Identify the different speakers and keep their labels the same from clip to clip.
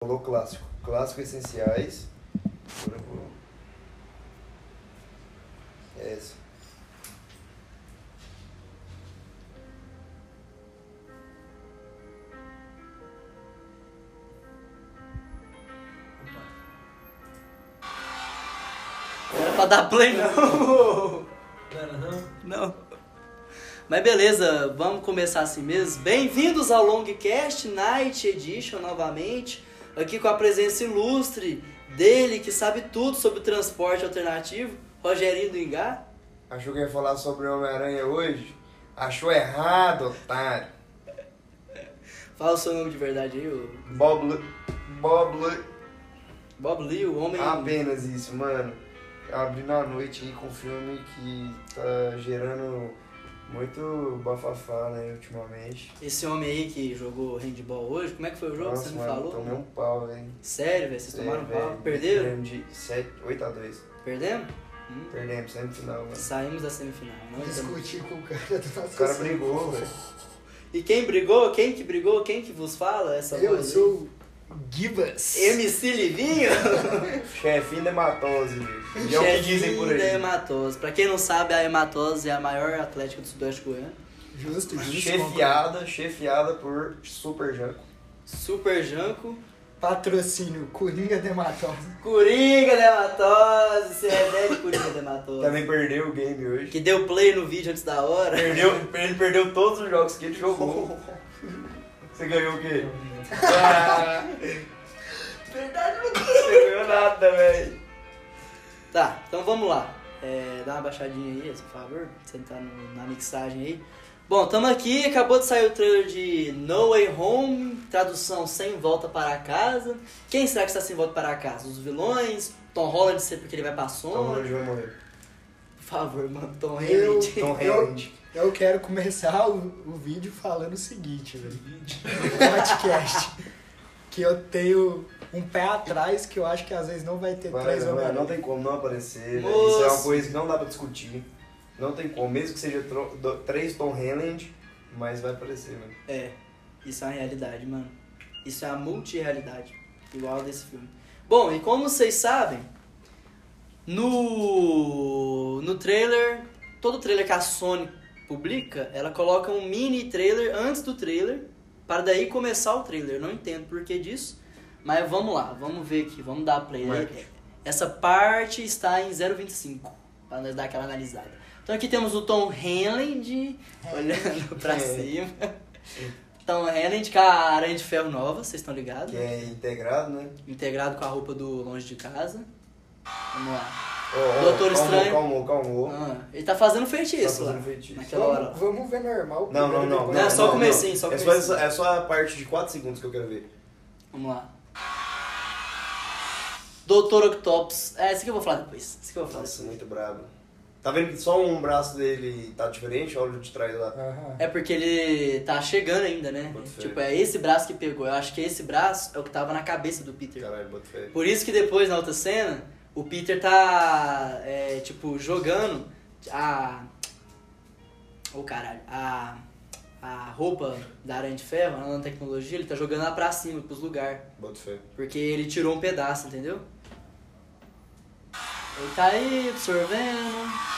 Speaker 1: Falou clássico. Clássico essenciais. Agora eu vou- É essa.
Speaker 2: Era pra dar play não.
Speaker 3: Não era não?
Speaker 2: Não. Mas beleza, vamos começar assim mesmo. Bem-vindos ao Longcast Night Edition novamente. Aqui com a presença ilustre dele que sabe tudo sobre transporte alternativo, Rogerinho do Ingá.
Speaker 1: Achou que ia falar sobre o Homem-Aranha hoje? Achou errado, otário.
Speaker 2: Fala o seu nome de verdade aí, o
Speaker 1: Bob Lu... Bob Lu...
Speaker 2: Bob Lee, o homem.
Speaker 1: Ah, Apenas isso, mano. Abri na noite aí com um filme que tá gerando muito bafafá, né, ultimamente.
Speaker 2: Esse homem aí que jogou handball hoje, como é que foi o jogo? Você me
Speaker 1: mano,
Speaker 2: falou?
Speaker 1: tomei um pau, velho.
Speaker 2: Sério, velho? Vocês tomaram um
Speaker 1: É,
Speaker 2: pau?
Speaker 1: velho,
Speaker 2: Perderam?
Speaker 1: Perdemos de 7, 8 a 2.
Speaker 2: Perdemos? Hum.
Speaker 1: Perdemos, semifinal, mano.
Speaker 2: Saímos da semifinal. Não entramos.
Speaker 3: Discutir com o cara do nosso
Speaker 1: O cara brigou, velho.
Speaker 2: E quem brigou? Quem que brigou? Quem que vos fala essa
Speaker 3: Eu
Speaker 2: voz aí?
Speaker 3: sou o Gibas.
Speaker 2: MC Livinho?
Speaker 1: Chefinho da hematose, bicho. E é o que
Speaker 2: Chefinho
Speaker 1: dizem por
Speaker 2: da
Speaker 1: aí.
Speaker 2: hematose. Pra quem não sabe, a hematose é a maior atlética do sudoeste goiano.
Speaker 3: Justo, justo. concordo.
Speaker 1: Chefiada, chefiada por Super Janko.
Speaker 2: Super Janco.
Speaker 3: Patrocínio, Coringa Dematosa.
Speaker 2: Coringa da hematose. Você é velho Coringa da hematose.
Speaker 1: Também perdeu o game hoje.
Speaker 2: Que deu play no vídeo antes da hora.
Speaker 1: Perdeu, ele perdeu todos os jogos que ele jogou. Você ganhou o quê? Ah,
Speaker 2: Verdade, meu Deus.
Speaker 1: você ganhou nada, velho.
Speaker 2: Tá, então vamos lá. É, dá uma baixadinha aí, por favor. Você tá no- na mixagem aí. Bom, estamos aqui. Acabou de sair o trailer de No Way Home, tradução Sem Volta para Casa. Quem será que está sem volta para casa? Os vilões? Tom Holland, sempre porque ele vai pra
Speaker 1: Tom
Speaker 2: sombra.
Speaker 1: Holland vai morrer.
Speaker 2: Por favor, mano, Tom
Speaker 3: Eu-
Speaker 2: Holland.
Speaker 1: Tom Holland.
Speaker 3: Eu quero começar o, o vídeo falando o seguinte, velho. Podcast. que eu tenho um pé atrás que eu acho que às vezes não vai ter
Speaker 1: Vai,
Speaker 3: três
Speaker 1: não, vai,
Speaker 3: homens.
Speaker 1: não tem como não aparecer. velho. Isso é uma
Speaker 2: Moço.
Speaker 1: coisa que não dá pra discutir. Não tem como. Mesmo que seja tro- do- três Tom Holland, mas vai aparecer, mano.
Speaker 2: É, isso é uma realidade, mano. Isso é a multi-realidade, igual a desse filme. Bom, e como vocês sabem, no, no trailer, todo trailer que a Sony publica, ela coloca um mini trailer antes do trailer, para daí começar o trailer. Eu Não entendo por que disso, mas vamos lá, vamos ver aqui, vamos dar play.
Speaker 1: Marketing.
Speaker 2: Essa parte está em 0,25, para nós dar aquela analisada. Então aqui temos o Tom Holland olhando pra
Speaker 1: É.
Speaker 2: cima. Então, Helen com a aranha de ferro nova, vocês estão ligados?
Speaker 1: Que é integrado, né?
Speaker 2: Integrado com a roupa do Longe de Casa. Vamos lá.
Speaker 1: Ó, ó,
Speaker 2: Doutor
Speaker 1: calmou,
Speaker 2: Estranho.
Speaker 1: Calmou, calmou.
Speaker 2: Ah, ele tá fazendo feitiço
Speaker 1: Tá fazendo
Speaker 2: lá.
Speaker 1: feitiço.
Speaker 2: Naquela hora.
Speaker 3: Vamos, vamos ver normal.
Speaker 1: Não, não,
Speaker 3: primeiro,
Speaker 1: não.
Speaker 3: depois-
Speaker 2: Não, é só o
Speaker 1: começar.
Speaker 2: comecinho, só o
Speaker 1: é só,
Speaker 2: comecinho.
Speaker 1: essa- é só a parte de 4 segundos que eu quero ver.
Speaker 2: Vamos lá. Doutor Octopus. É, esse aqui eu vou falar depois. Esse aqui eu vou falar
Speaker 1: Nossa,
Speaker 2: depois.
Speaker 1: muito brabo. Tá vendo que só um braço dele tá diferente? Olha o de trás lá.
Speaker 3: Aham.
Speaker 2: É porque ele tá chegando ainda, né?
Speaker 1: Pode ser.
Speaker 2: Tipo, é esse braço que pegou. Eu acho que esse braço é o que tava na cabeça do Peter.
Speaker 1: Caralho, bota fé.
Speaker 2: Por isso que depois, na outra cena, o Peter tá, é, tipo, jogando a... Ô, caralho. A, a roupa da Aranha de Ferro, a nanotecnologia, ele tá jogando lá pra cima, pros lugares.
Speaker 1: Bota fé.
Speaker 2: Porque ele tirou um pedaço, entendeu? Ele tá aí, absorvendo...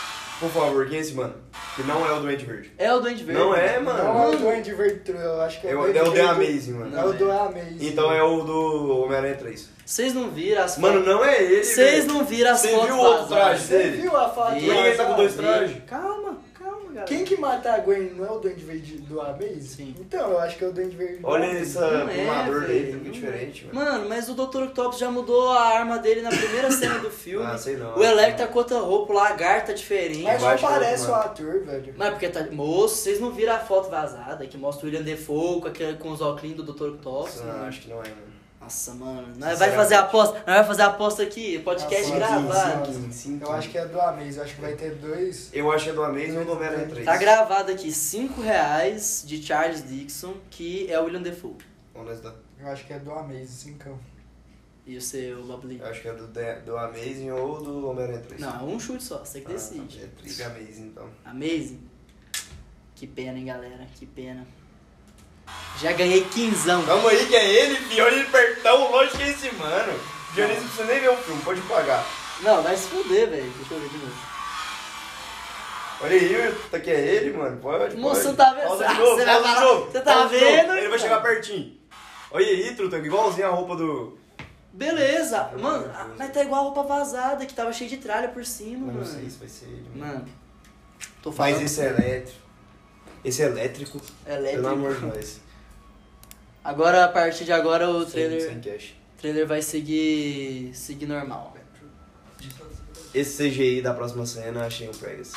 Speaker 1: Por favor, quem é esse mano? Que não é o Doente Verde.
Speaker 2: É o Duende Verde.
Speaker 1: Não é,
Speaker 3: Não é
Speaker 1: mano.
Speaker 3: o Duende Verde, eu acho que é
Speaker 1: É
Speaker 3: o
Speaker 1: o
Speaker 3: Duende
Speaker 1: é o The
Speaker 3: Verde-
Speaker 1: Amazing, mano.
Speaker 3: É o do Amazing.
Speaker 1: Então é o do Homem-Aranha 3.
Speaker 2: Vocês não viram as
Speaker 1: Mano, não é ele.
Speaker 2: Vocês
Speaker 1: velho.
Speaker 2: não viram as
Speaker 1: Você
Speaker 2: fotos
Speaker 1: viu o outro
Speaker 2: vazadas.
Speaker 1: traje?
Speaker 3: Você viu a foto?
Speaker 2: Vi.
Speaker 3: lá,
Speaker 1: Ninguém tá com dois
Speaker 3: sabe?
Speaker 1: trajes.
Speaker 2: Calma, calma, galera.
Speaker 3: Quem que mata a Gwen não é o Duende Verde do Amazing?
Speaker 2: Sim.
Speaker 3: Então, eu acho que é o Duende Verde do
Speaker 1: Olha
Speaker 3: Amazing.
Speaker 1: essa
Speaker 2: Não é,
Speaker 1: armadura dele, tá
Speaker 2: velho,
Speaker 1: muito
Speaker 2: não é.
Speaker 1: diferente, mano.
Speaker 2: Mano, mas o Dr. Octopus já mudou a arma dele na primeira cena do filme.
Speaker 1: Ah, sei não.
Speaker 2: o Electra com outra roupa, o Lagarta diferente.
Speaker 3: Mas
Speaker 1: Eu acho
Speaker 3: não
Speaker 1: que é
Speaker 3: parece
Speaker 1: outro,
Speaker 3: o
Speaker 1: mano.
Speaker 3: ator, velho.
Speaker 2: Mas porque tá... Moço, vocês não viram a foto vazada que mostra o William Defoe com, aquele, com os óculos do Dr. Octopus?
Speaker 1: Nossa,
Speaker 2: mano?
Speaker 1: não, acho que não é, mano.
Speaker 2: Nossa, mano. Nós vai
Speaker 1: Sinceramente.
Speaker 2: fazer a aposta, nós vai fazer a aposta aqui, podcast
Speaker 3: Nossa,
Speaker 2: gravado.
Speaker 3: sim,
Speaker 1: Sim, sim,
Speaker 3: Eu acho que é do Amazing, eu acho que vai ter dois.
Speaker 1: Eu acho que é do Amazing ou do Homem-Aranha 3.
Speaker 2: Tá gravado aqui 5 reais de Charles Dixon, que é o William Defoe.
Speaker 1: Vamos nós dar.
Speaker 3: Eu acho que é do Amazing, cincão.
Speaker 2: E o seu Bob Lee.
Speaker 1: Eu acho que é do, The- do Amazing ou do Homem-Aranha 3.
Speaker 2: Não, é um chute só, você que decide.
Speaker 1: Ah, é Triga Amazing, então.
Speaker 2: Amazing? Que pena, hein, galera? Que pena. Já ganhei quinzão.
Speaker 1: Vamos aí que é ele, filho. Olha ele pertão, longe que é esse mano. Dionísio, não precisa nem ver o filme, pode pagar.
Speaker 2: Não, vai se fuder, velho. Deixa eu ver de novo.
Speaker 1: Olha aí, Wilton, aqui é ele, mano. Pode,
Speaker 2: Moço,
Speaker 1: pode.
Speaker 2: tá vendo?
Speaker 1: Pausa
Speaker 2: Ah,
Speaker 1: de novo,
Speaker 2: você vai
Speaker 1: pausa de
Speaker 2: falar-
Speaker 1: novo.
Speaker 2: você tá
Speaker 1: pausa de novo.
Speaker 2: vendo,
Speaker 1: Ele
Speaker 2: então?
Speaker 1: vai chegar pertinho. Olha aí, Truta, igualzinho a roupa do...
Speaker 2: Beleza.
Speaker 1: Eu
Speaker 2: Mano,
Speaker 1: não sei.
Speaker 2: ah, mas tá igual a roupa vazada, que tava cheia de tralha por cima,
Speaker 1: Não,
Speaker 2: mano.
Speaker 1: não sei se vai ser ele, mano.
Speaker 2: Mano, tô falando.
Speaker 1: Mas esse é elétrico. Esse é elétrico,
Speaker 2: Elétrico.
Speaker 1: pelo amor de Deus.
Speaker 2: Agora, a partir de agora, o
Speaker 1: Sem,
Speaker 2: trailer,
Speaker 1: sem cash.
Speaker 2: trailer vai seguir seguir normal.
Speaker 1: Esse CGI da próxima cena, achei um pregas.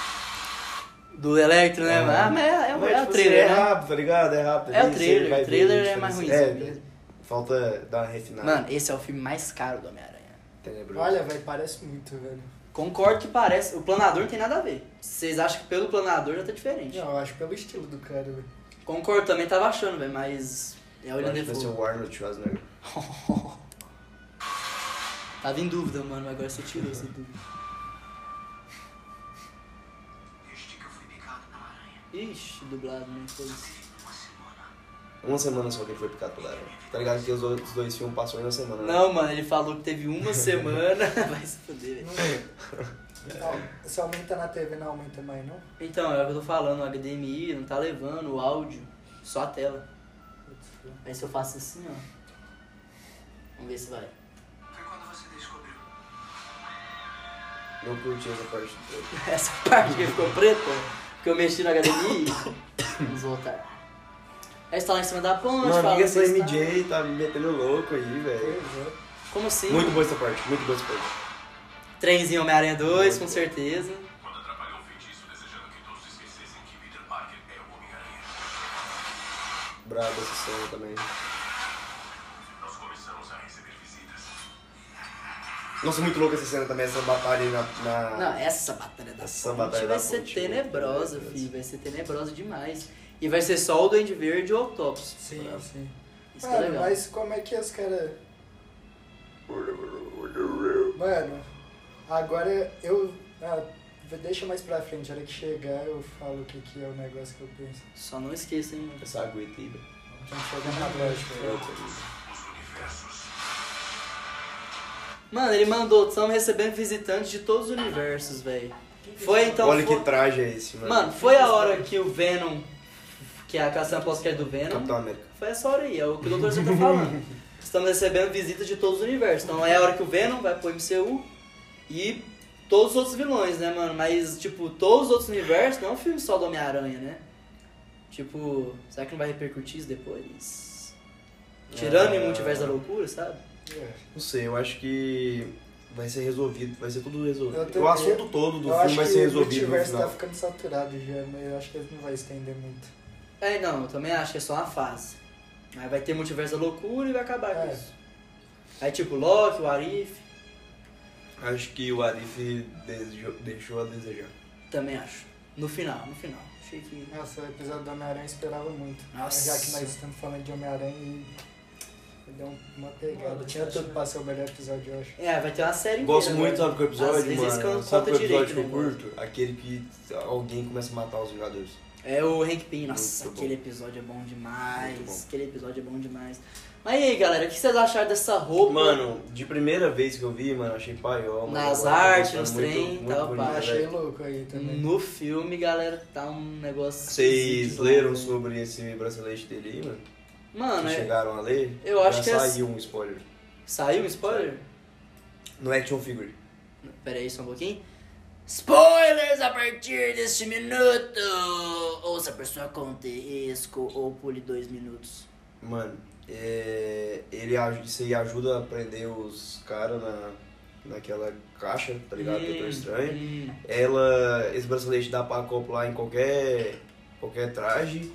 Speaker 2: Do Electro, né?
Speaker 1: Ah.
Speaker 2: Ah, mas é, é, o-
Speaker 1: Mas,
Speaker 2: é o
Speaker 1: tipo,
Speaker 2: trailer,
Speaker 1: assim, É
Speaker 2: né?
Speaker 1: rápido, tá ligado? É rápido.
Speaker 2: É o
Speaker 1: Aí você
Speaker 2: trailer,
Speaker 1: vai
Speaker 2: o trailer
Speaker 1: ver a
Speaker 2: é mais ruim.
Speaker 1: diferença.
Speaker 2: sabe?
Speaker 1: É, falta dar uma refinada.
Speaker 2: Mano, esse é o filme mais caro do Homem-Aranha.
Speaker 1: Tenebroso.
Speaker 3: Olha, velho, parece muito, velho.
Speaker 2: Concordo que parece. O planador não tem nada a ver. Vocês acham que pelo planador já tá diferente.
Speaker 3: Não, eu acho pelo estilo do cara, velho.
Speaker 2: Concordo também, tava achando, velho, mas. É o
Speaker 1: Eu
Speaker 2: William
Speaker 1: acho que vai ser
Speaker 2: Defoe.
Speaker 1: o Arnold Schwarzenegger. um-
Speaker 2: Tava em dúvida, mano, mas agora você tirou essa dúvida. Ixi, dublado, né? Foda-se.
Speaker 1: Uma semana só que ele foi picado pela aranha. Tá ligado que os outros dois filmes passou em uma semana. né?
Speaker 2: Não, mano, ele falou que teve uma semana. Vai se fuder, velho.
Speaker 3: Não, Então, se aumenta na TV, não aumenta mais, não?
Speaker 2: Então, é o que eu tô falando, o HDMI não tá levando o áudio, só a tela. Aí se eu faço assim, ó. Vamos ver se vai.
Speaker 1: Não curti essa parte do trailer.
Speaker 2: Essa parte que ficou preta, porque eu mexi no HDMI. Vamos voltar. Aí você tá lá em cima da ponte,
Speaker 1: Mano,
Speaker 2: fala.
Speaker 1: amiga, essa
Speaker 2: você está-
Speaker 1: MJ tá me metendo louco aí, velho.
Speaker 2: Como assim?
Speaker 1: Muito boa essa parte, muito boa essa parte.
Speaker 2: Trenzinho Homem-Aranha 2,
Speaker 1: Muito
Speaker 2: com
Speaker 1: bom.
Speaker 2: certeza.
Speaker 4: Quando atrapalhou o feitiço, desejando que todos esquecessem que Peter Parker é o Homem-Aranha.
Speaker 1: Brabo essa cena também.
Speaker 4: Nós começamos a receber visitas.
Speaker 1: Nossa, muito louca essa cena também, essa batalha aí na. na...
Speaker 2: Não, essa batalha da
Speaker 1: Ah. Essa
Speaker 2: ponte
Speaker 1: batalha
Speaker 2: vai
Speaker 1: da
Speaker 2: ser
Speaker 1: ponte,
Speaker 2: tenebrosa,
Speaker 1: meu Deus.
Speaker 2: filho. Vai ser tenebrosa demais. E vai ser só o Duende Verde ou Autópsia.
Speaker 3: Sim,
Speaker 1: Bravo.
Speaker 3: sim.
Speaker 2: Isso que é
Speaker 3: Mano,
Speaker 2: legal.
Speaker 3: mas como é que os caras. Mano, agora eu. Ah, deixa mais pra frente, a hora que chegar eu falo o que, que é o negócio que eu penso.
Speaker 2: Só não esqueça, hein, mano.
Speaker 1: Essa aguenta aí, velho.
Speaker 3: A gente chega na lógica.
Speaker 1: É louco aí.
Speaker 2: Mano, ele mandou, estamos recebendo visitantes de todos os universos, velho. Foi então.
Speaker 1: Olha
Speaker 2: foi...
Speaker 1: que traje é esse, mano.
Speaker 2: Mano, foi a hora que o Venom, que é a caça pós-crédito do Venom,
Speaker 1: Capitão América.
Speaker 2: foi essa hora aí, é o que o Doutor Z tá falando. Estamos recebendo visitas de todos os universos. Então é a hora que o Venom vai pro MCU e todos os outros vilões, né, mano? Mas, tipo, todos os outros universos não é um filme só do Homem-Aranha, né? Tipo, será que não vai repercutir isso depois? Tirando
Speaker 1: Ah.
Speaker 2: em Multiverso da Loucura, sabe?
Speaker 3: É.
Speaker 1: Não sei, eu acho que vai ser resolvido, vai ser tudo
Speaker 3: Eu
Speaker 1: resolvido.
Speaker 3: também-
Speaker 1: O assunto todo do
Speaker 3: Eu
Speaker 1: filme
Speaker 3: acho
Speaker 1: vai
Speaker 3: que
Speaker 1: ser
Speaker 3: o
Speaker 1: resolvido no
Speaker 3: multiverso tá
Speaker 1: final.
Speaker 3: ficando saturado já, mas eu acho que ele não vai estender muito.
Speaker 2: É, não, eu também acho que é só uma fase. Aí vai ter multiverso da loucura e vai acabar com
Speaker 3: É.
Speaker 2: isso. Aí tipo Loki, o Arif,
Speaker 3: tá-
Speaker 1: Acho que o Arif desejou- deixou a desejar.
Speaker 2: também acho. No final, no final. Achei que.
Speaker 3: Nossa, o episódio do Homem-Aranha eu esperava muito.
Speaker 2: Nossa.
Speaker 3: Já que nós estamos falando de Homem-Aranha e deu uma pegada.
Speaker 2: Mano,
Speaker 3: Tinha
Speaker 2: tá
Speaker 3: tudo
Speaker 2: achando-
Speaker 3: pra ser o melhor episódio, eu acho.
Speaker 2: É, vai ter uma série inteira.
Speaker 1: Gosto muito,
Speaker 2: agora.
Speaker 1: sabe que
Speaker 2: Às
Speaker 1: episódio,
Speaker 2: vezes
Speaker 1: mano?
Speaker 2: conta
Speaker 1: Sabe que episódio
Speaker 2: direito,
Speaker 1: que eu
Speaker 2: né,
Speaker 1: curto? Aquele que alguém começa a matar os Vingadores.
Speaker 2: É o Hank Pym. Nossa,
Speaker 1: Muito bom.
Speaker 2: aquele episódio é bom demais.
Speaker 1: Muito bom.
Speaker 2: Aquele episódio é bom demais. Mas e aí, galera, o que vocês acharam dessa roupa?
Speaker 1: Mano, de primeira vez que eu vi, mano, achei paiol. mano.
Speaker 2: Nas
Speaker 1: Agora tá
Speaker 2: artes,
Speaker 1: ficando
Speaker 2: nos
Speaker 1: muito-
Speaker 2: trem,
Speaker 1: muito
Speaker 2: tava
Speaker 1: bonito,
Speaker 2: pá.
Speaker 1: velho.
Speaker 3: achei louco aí também.
Speaker 2: No filme, galera, tá um negócio.
Speaker 1: Vocês
Speaker 2: esquisito,
Speaker 1: leram
Speaker 2: né?
Speaker 1: sobre esse bracelete dele aí, mano?
Speaker 2: Mano,
Speaker 1: que
Speaker 2: é...
Speaker 1: chegaram a ler?
Speaker 2: eu acho
Speaker 1: Já
Speaker 2: que é-
Speaker 1: saiu um spoiler.
Speaker 2: saiu um spoiler?
Speaker 1: No Action Figure.
Speaker 2: Pera aí, só um pouquinho. Spoilers a partir deste minuto! Ouça a pessoa com risco ou pule dois minutos.
Speaker 1: Mano, é, ele aj- isso aí ajuda a prender os caras na... naquela caixa, tá ligado?
Speaker 2: Hum,
Speaker 1: Doutor Estranho.
Speaker 2: hum.
Speaker 1: Ela, esse bracelete dá pra acoplar em qualquer, qualquer traje.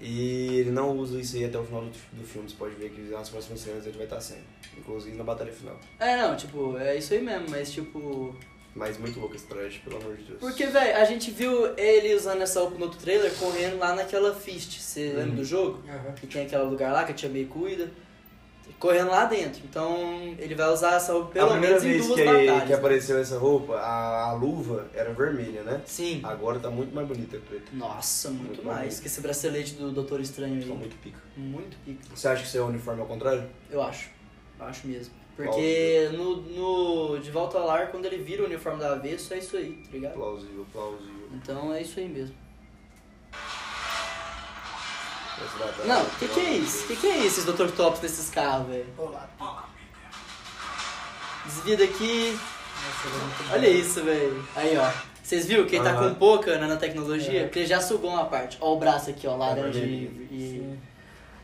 Speaker 1: E ele não usa isso aí até o final do, do filme. Você pode ver que nas próximas cenas ele vai estar sendo. Inclusive na batalha final.
Speaker 2: É, não, tipo, é isso aí mesmo, mas tipo.
Speaker 1: Mas muito louco esse traje, pelo amor de Deus.
Speaker 2: Porque, velho, a gente viu ele usando essa roupa no outro trailer
Speaker 1: Uhum.
Speaker 2: correndo lá naquela Fist. Você lembra do jogo?
Speaker 3: Aham.
Speaker 2: Que tem aquele lugar lá que a Tia May cuida. correndo lá dentro. Então ele vai usar essa roupa pelo
Speaker 1: a primeira
Speaker 2: menos em
Speaker 1: vez
Speaker 2: duas
Speaker 1: que,
Speaker 2: batalhas. né?
Speaker 1: que apareceu essa roupa, a, a luva era vermelha, né?
Speaker 2: Sim.
Speaker 1: Agora tá muito mais bonita preta.
Speaker 2: Nossa, muito,
Speaker 1: Muito
Speaker 2: mais.
Speaker 1: bonito.
Speaker 2: Que esse bracelete do Doutor Estranho
Speaker 1: Tá
Speaker 2: aí.
Speaker 1: muito pica.
Speaker 2: Muito pica.
Speaker 1: Você acha que seu uniforme é ao contrário?
Speaker 2: Eu acho. Eu acho mesmo. Porque no, no De Volta ao Lar, quando ele vira o uniforme da avesso, é isso aí, tá ligado?
Speaker 1: Plausível, plausível.
Speaker 2: Então é isso aí mesmo.
Speaker 1: Essa batalha-
Speaker 2: Não, o que, que é isso? O que, que é isso, esses Dr. Tops desses carros, velho?
Speaker 3: Olá.
Speaker 2: Desvia daqui.
Speaker 3: Nossa, ele é muito bom.
Speaker 2: Olha isso, velho. Aí, ó. Vocês viram? Quem tá
Speaker 1: Aham.
Speaker 2: com pouca na tecnologia,
Speaker 3: É.
Speaker 2: porque já sugou uma parte. Ó o braço aqui, ó, laranja
Speaker 1: É,
Speaker 2: e... e-
Speaker 3: Sim.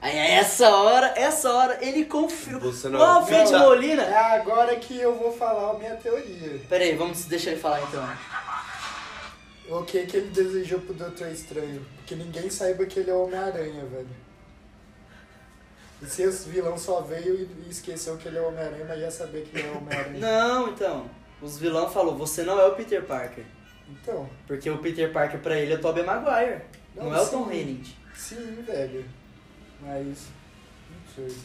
Speaker 2: Aí essa hora, essa hora, ele confirma.
Speaker 1: Você não
Speaker 2: Ó, o Alfred
Speaker 3: Não,
Speaker 2: Molina.
Speaker 3: É agora que eu vou falar a minha teoria.
Speaker 2: Pera aí, vamos deixar ele falar então.
Speaker 3: O que que ele desejou pro Doutor Estranho? Que ninguém saiba que ele é o Homem-Aranha, velho. E se esse vilão só veio e e esqueceu que ele é o Homem-Aranha, mas ia saber que ele é o Homem-Aranha.
Speaker 2: Não, então. Os vilão falou, você não é o Peter Parker.
Speaker 3: Então,
Speaker 2: Porque o Peter Parker pra ele é o Tobey Maguire. Não,
Speaker 3: Não,
Speaker 2: é o
Speaker 3: sim.
Speaker 2: Tom Henning.
Speaker 3: sim, velho. Mas, não sei.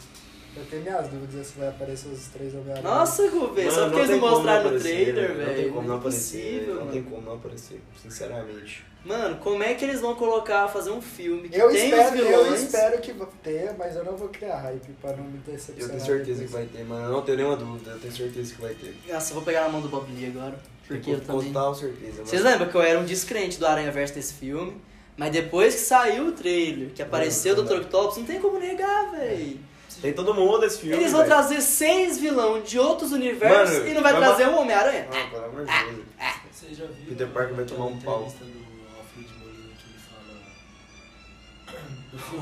Speaker 3: Eu tenho minhas dúvidas se vai aparecer os três Homem-Aranha.
Speaker 2: Nossa, Gouveia,
Speaker 1: Mano,
Speaker 2: só porque eles não
Speaker 1: tem como
Speaker 2: mostraram no
Speaker 1: aparecer,
Speaker 2: trailer,
Speaker 1: Não tem
Speaker 2: velho.
Speaker 1: como
Speaker 2: Não
Speaker 1: não
Speaker 2: é
Speaker 1: aparecer,
Speaker 2: possível,
Speaker 1: velho. não tem
Speaker 2: mano.
Speaker 1: como não aparecer, sinceramente.
Speaker 2: Mano, como é que eles vão colocar, fazer um filme que
Speaker 3: Eu
Speaker 2: tem os
Speaker 3: espero, eu
Speaker 2: vilões?
Speaker 3: espero que vá ter, mas eu não vou criar hype pra não me
Speaker 1: Eu
Speaker 3: decepcionar.
Speaker 1: tenho certeza que
Speaker 3: depois.
Speaker 1: vai ter, mano. Eu não tenho nenhuma dúvida, eu tenho certeza que vai ter.
Speaker 2: Nossa, eu vou pegar na mão do Bob Lee agora. Porque eu
Speaker 1: Com
Speaker 2: também...
Speaker 1: total certeza, mano.
Speaker 2: Vocês lembram que eu era um descrente do Aranha Verso desse filme? Mas depois que saiu o trailer, que apareceu
Speaker 1: Não,
Speaker 2: do
Speaker 1: não dá.
Speaker 2: Octopus, não tem como negar, velho.
Speaker 1: Tem todo mundo esse filme.
Speaker 2: Eles vão
Speaker 1: velho.
Speaker 2: trazer seis vilão de outros universos
Speaker 1: Mano,
Speaker 2: e não vai
Speaker 1: vai
Speaker 2: trazer o Homem-Aranha?
Speaker 1: Ah, pelo amor de Deus.
Speaker 5: Você já viu?
Speaker 1: Peter Parker vai tomar um
Speaker 5: aquela
Speaker 1: pau.
Speaker 5: entrevista do Alfred Molina que ele fala.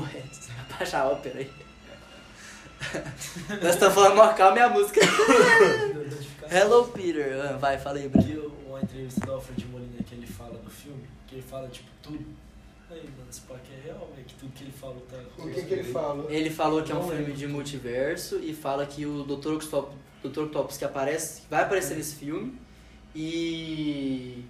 Speaker 5: do West.
Speaker 2: Baixa a ópera aí. Nós estamos falando mal, calma minha música.
Speaker 5: da notificação.
Speaker 2: Hello Peter. Ah, Vai, fala aí, Bruno.
Speaker 5: Viu uma entrevista do Alfred é Molina que ele fala do filme? Que ele fala, tipo, tudo. Aí, mano, esse parque é real, velho. Que tudo que ele falou tá.
Speaker 3: O que que ele falou?
Speaker 2: Ele falou que é um
Speaker 5: Não
Speaker 2: filme
Speaker 5: lembro.
Speaker 2: de multiverso e fala que o Dr. Octopus, Dr. Octopus que aparece, vai aparecer nesse filme e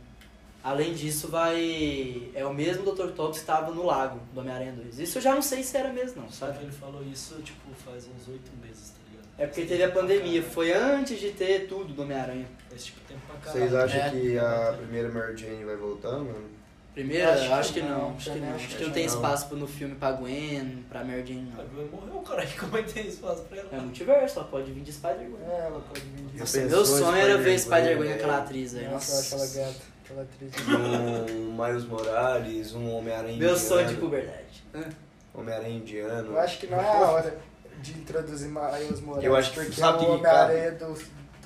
Speaker 2: além disso vai é o mesmo Dr. Octopus que estava no lago do Homem-Aranha 2. Isso eu já não sei se era mesmo não,
Speaker 5: Só que
Speaker 2: sabe?
Speaker 5: ele falou isso, tipo, faz uns oito meses, tá ligado?
Speaker 2: É porque teve a pandemia, foi antes de ter tudo do Homem-Aranha.
Speaker 5: Esse tipo de tempo pra caralho.
Speaker 1: Vocês acham
Speaker 2: É.
Speaker 1: que a primeira Mary Jane vai voltar, mano?
Speaker 2: Primeiro,
Speaker 3: Acho
Speaker 2: eu acho
Speaker 3: que
Speaker 2: que não,
Speaker 3: não,
Speaker 2: acho que
Speaker 3: também
Speaker 2: não.
Speaker 3: acho
Speaker 2: Acho
Speaker 1: que
Speaker 2: que não tem
Speaker 1: não.
Speaker 2: espaço no filme pra Gwen, pra Mary Jane,
Speaker 5: A
Speaker 2: não.
Speaker 5: Gwen morreu, caralho. Como é que tem espaço pra ela?
Speaker 2: É multiverso, só pode vir de Spider-Gwen.
Speaker 3: É, ela pode me dizer.
Speaker 2: Nossa,
Speaker 1: pensou
Speaker 2: meu
Speaker 1: em
Speaker 2: sonho era ver
Speaker 1: Spider-Gwen,
Speaker 2: Spider-Gwen
Speaker 1: é.
Speaker 2: aquela atriz aí.
Speaker 3: Nossa, eu acho ela
Speaker 2: Nossa.
Speaker 3: gata, aquela atriz.
Speaker 1: Um Miles Morales, um Homem-Aranha
Speaker 2: Meu
Speaker 1: indiano.
Speaker 2: sonho tipo, de puberdade.
Speaker 1: Homem-Aranha indiano.
Speaker 3: Eu acho que não é a hora de introduzir Miles Morales.
Speaker 1: Eu acho que
Speaker 3: porque
Speaker 1: sabe que
Speaker 3: o Homem-Aranha do,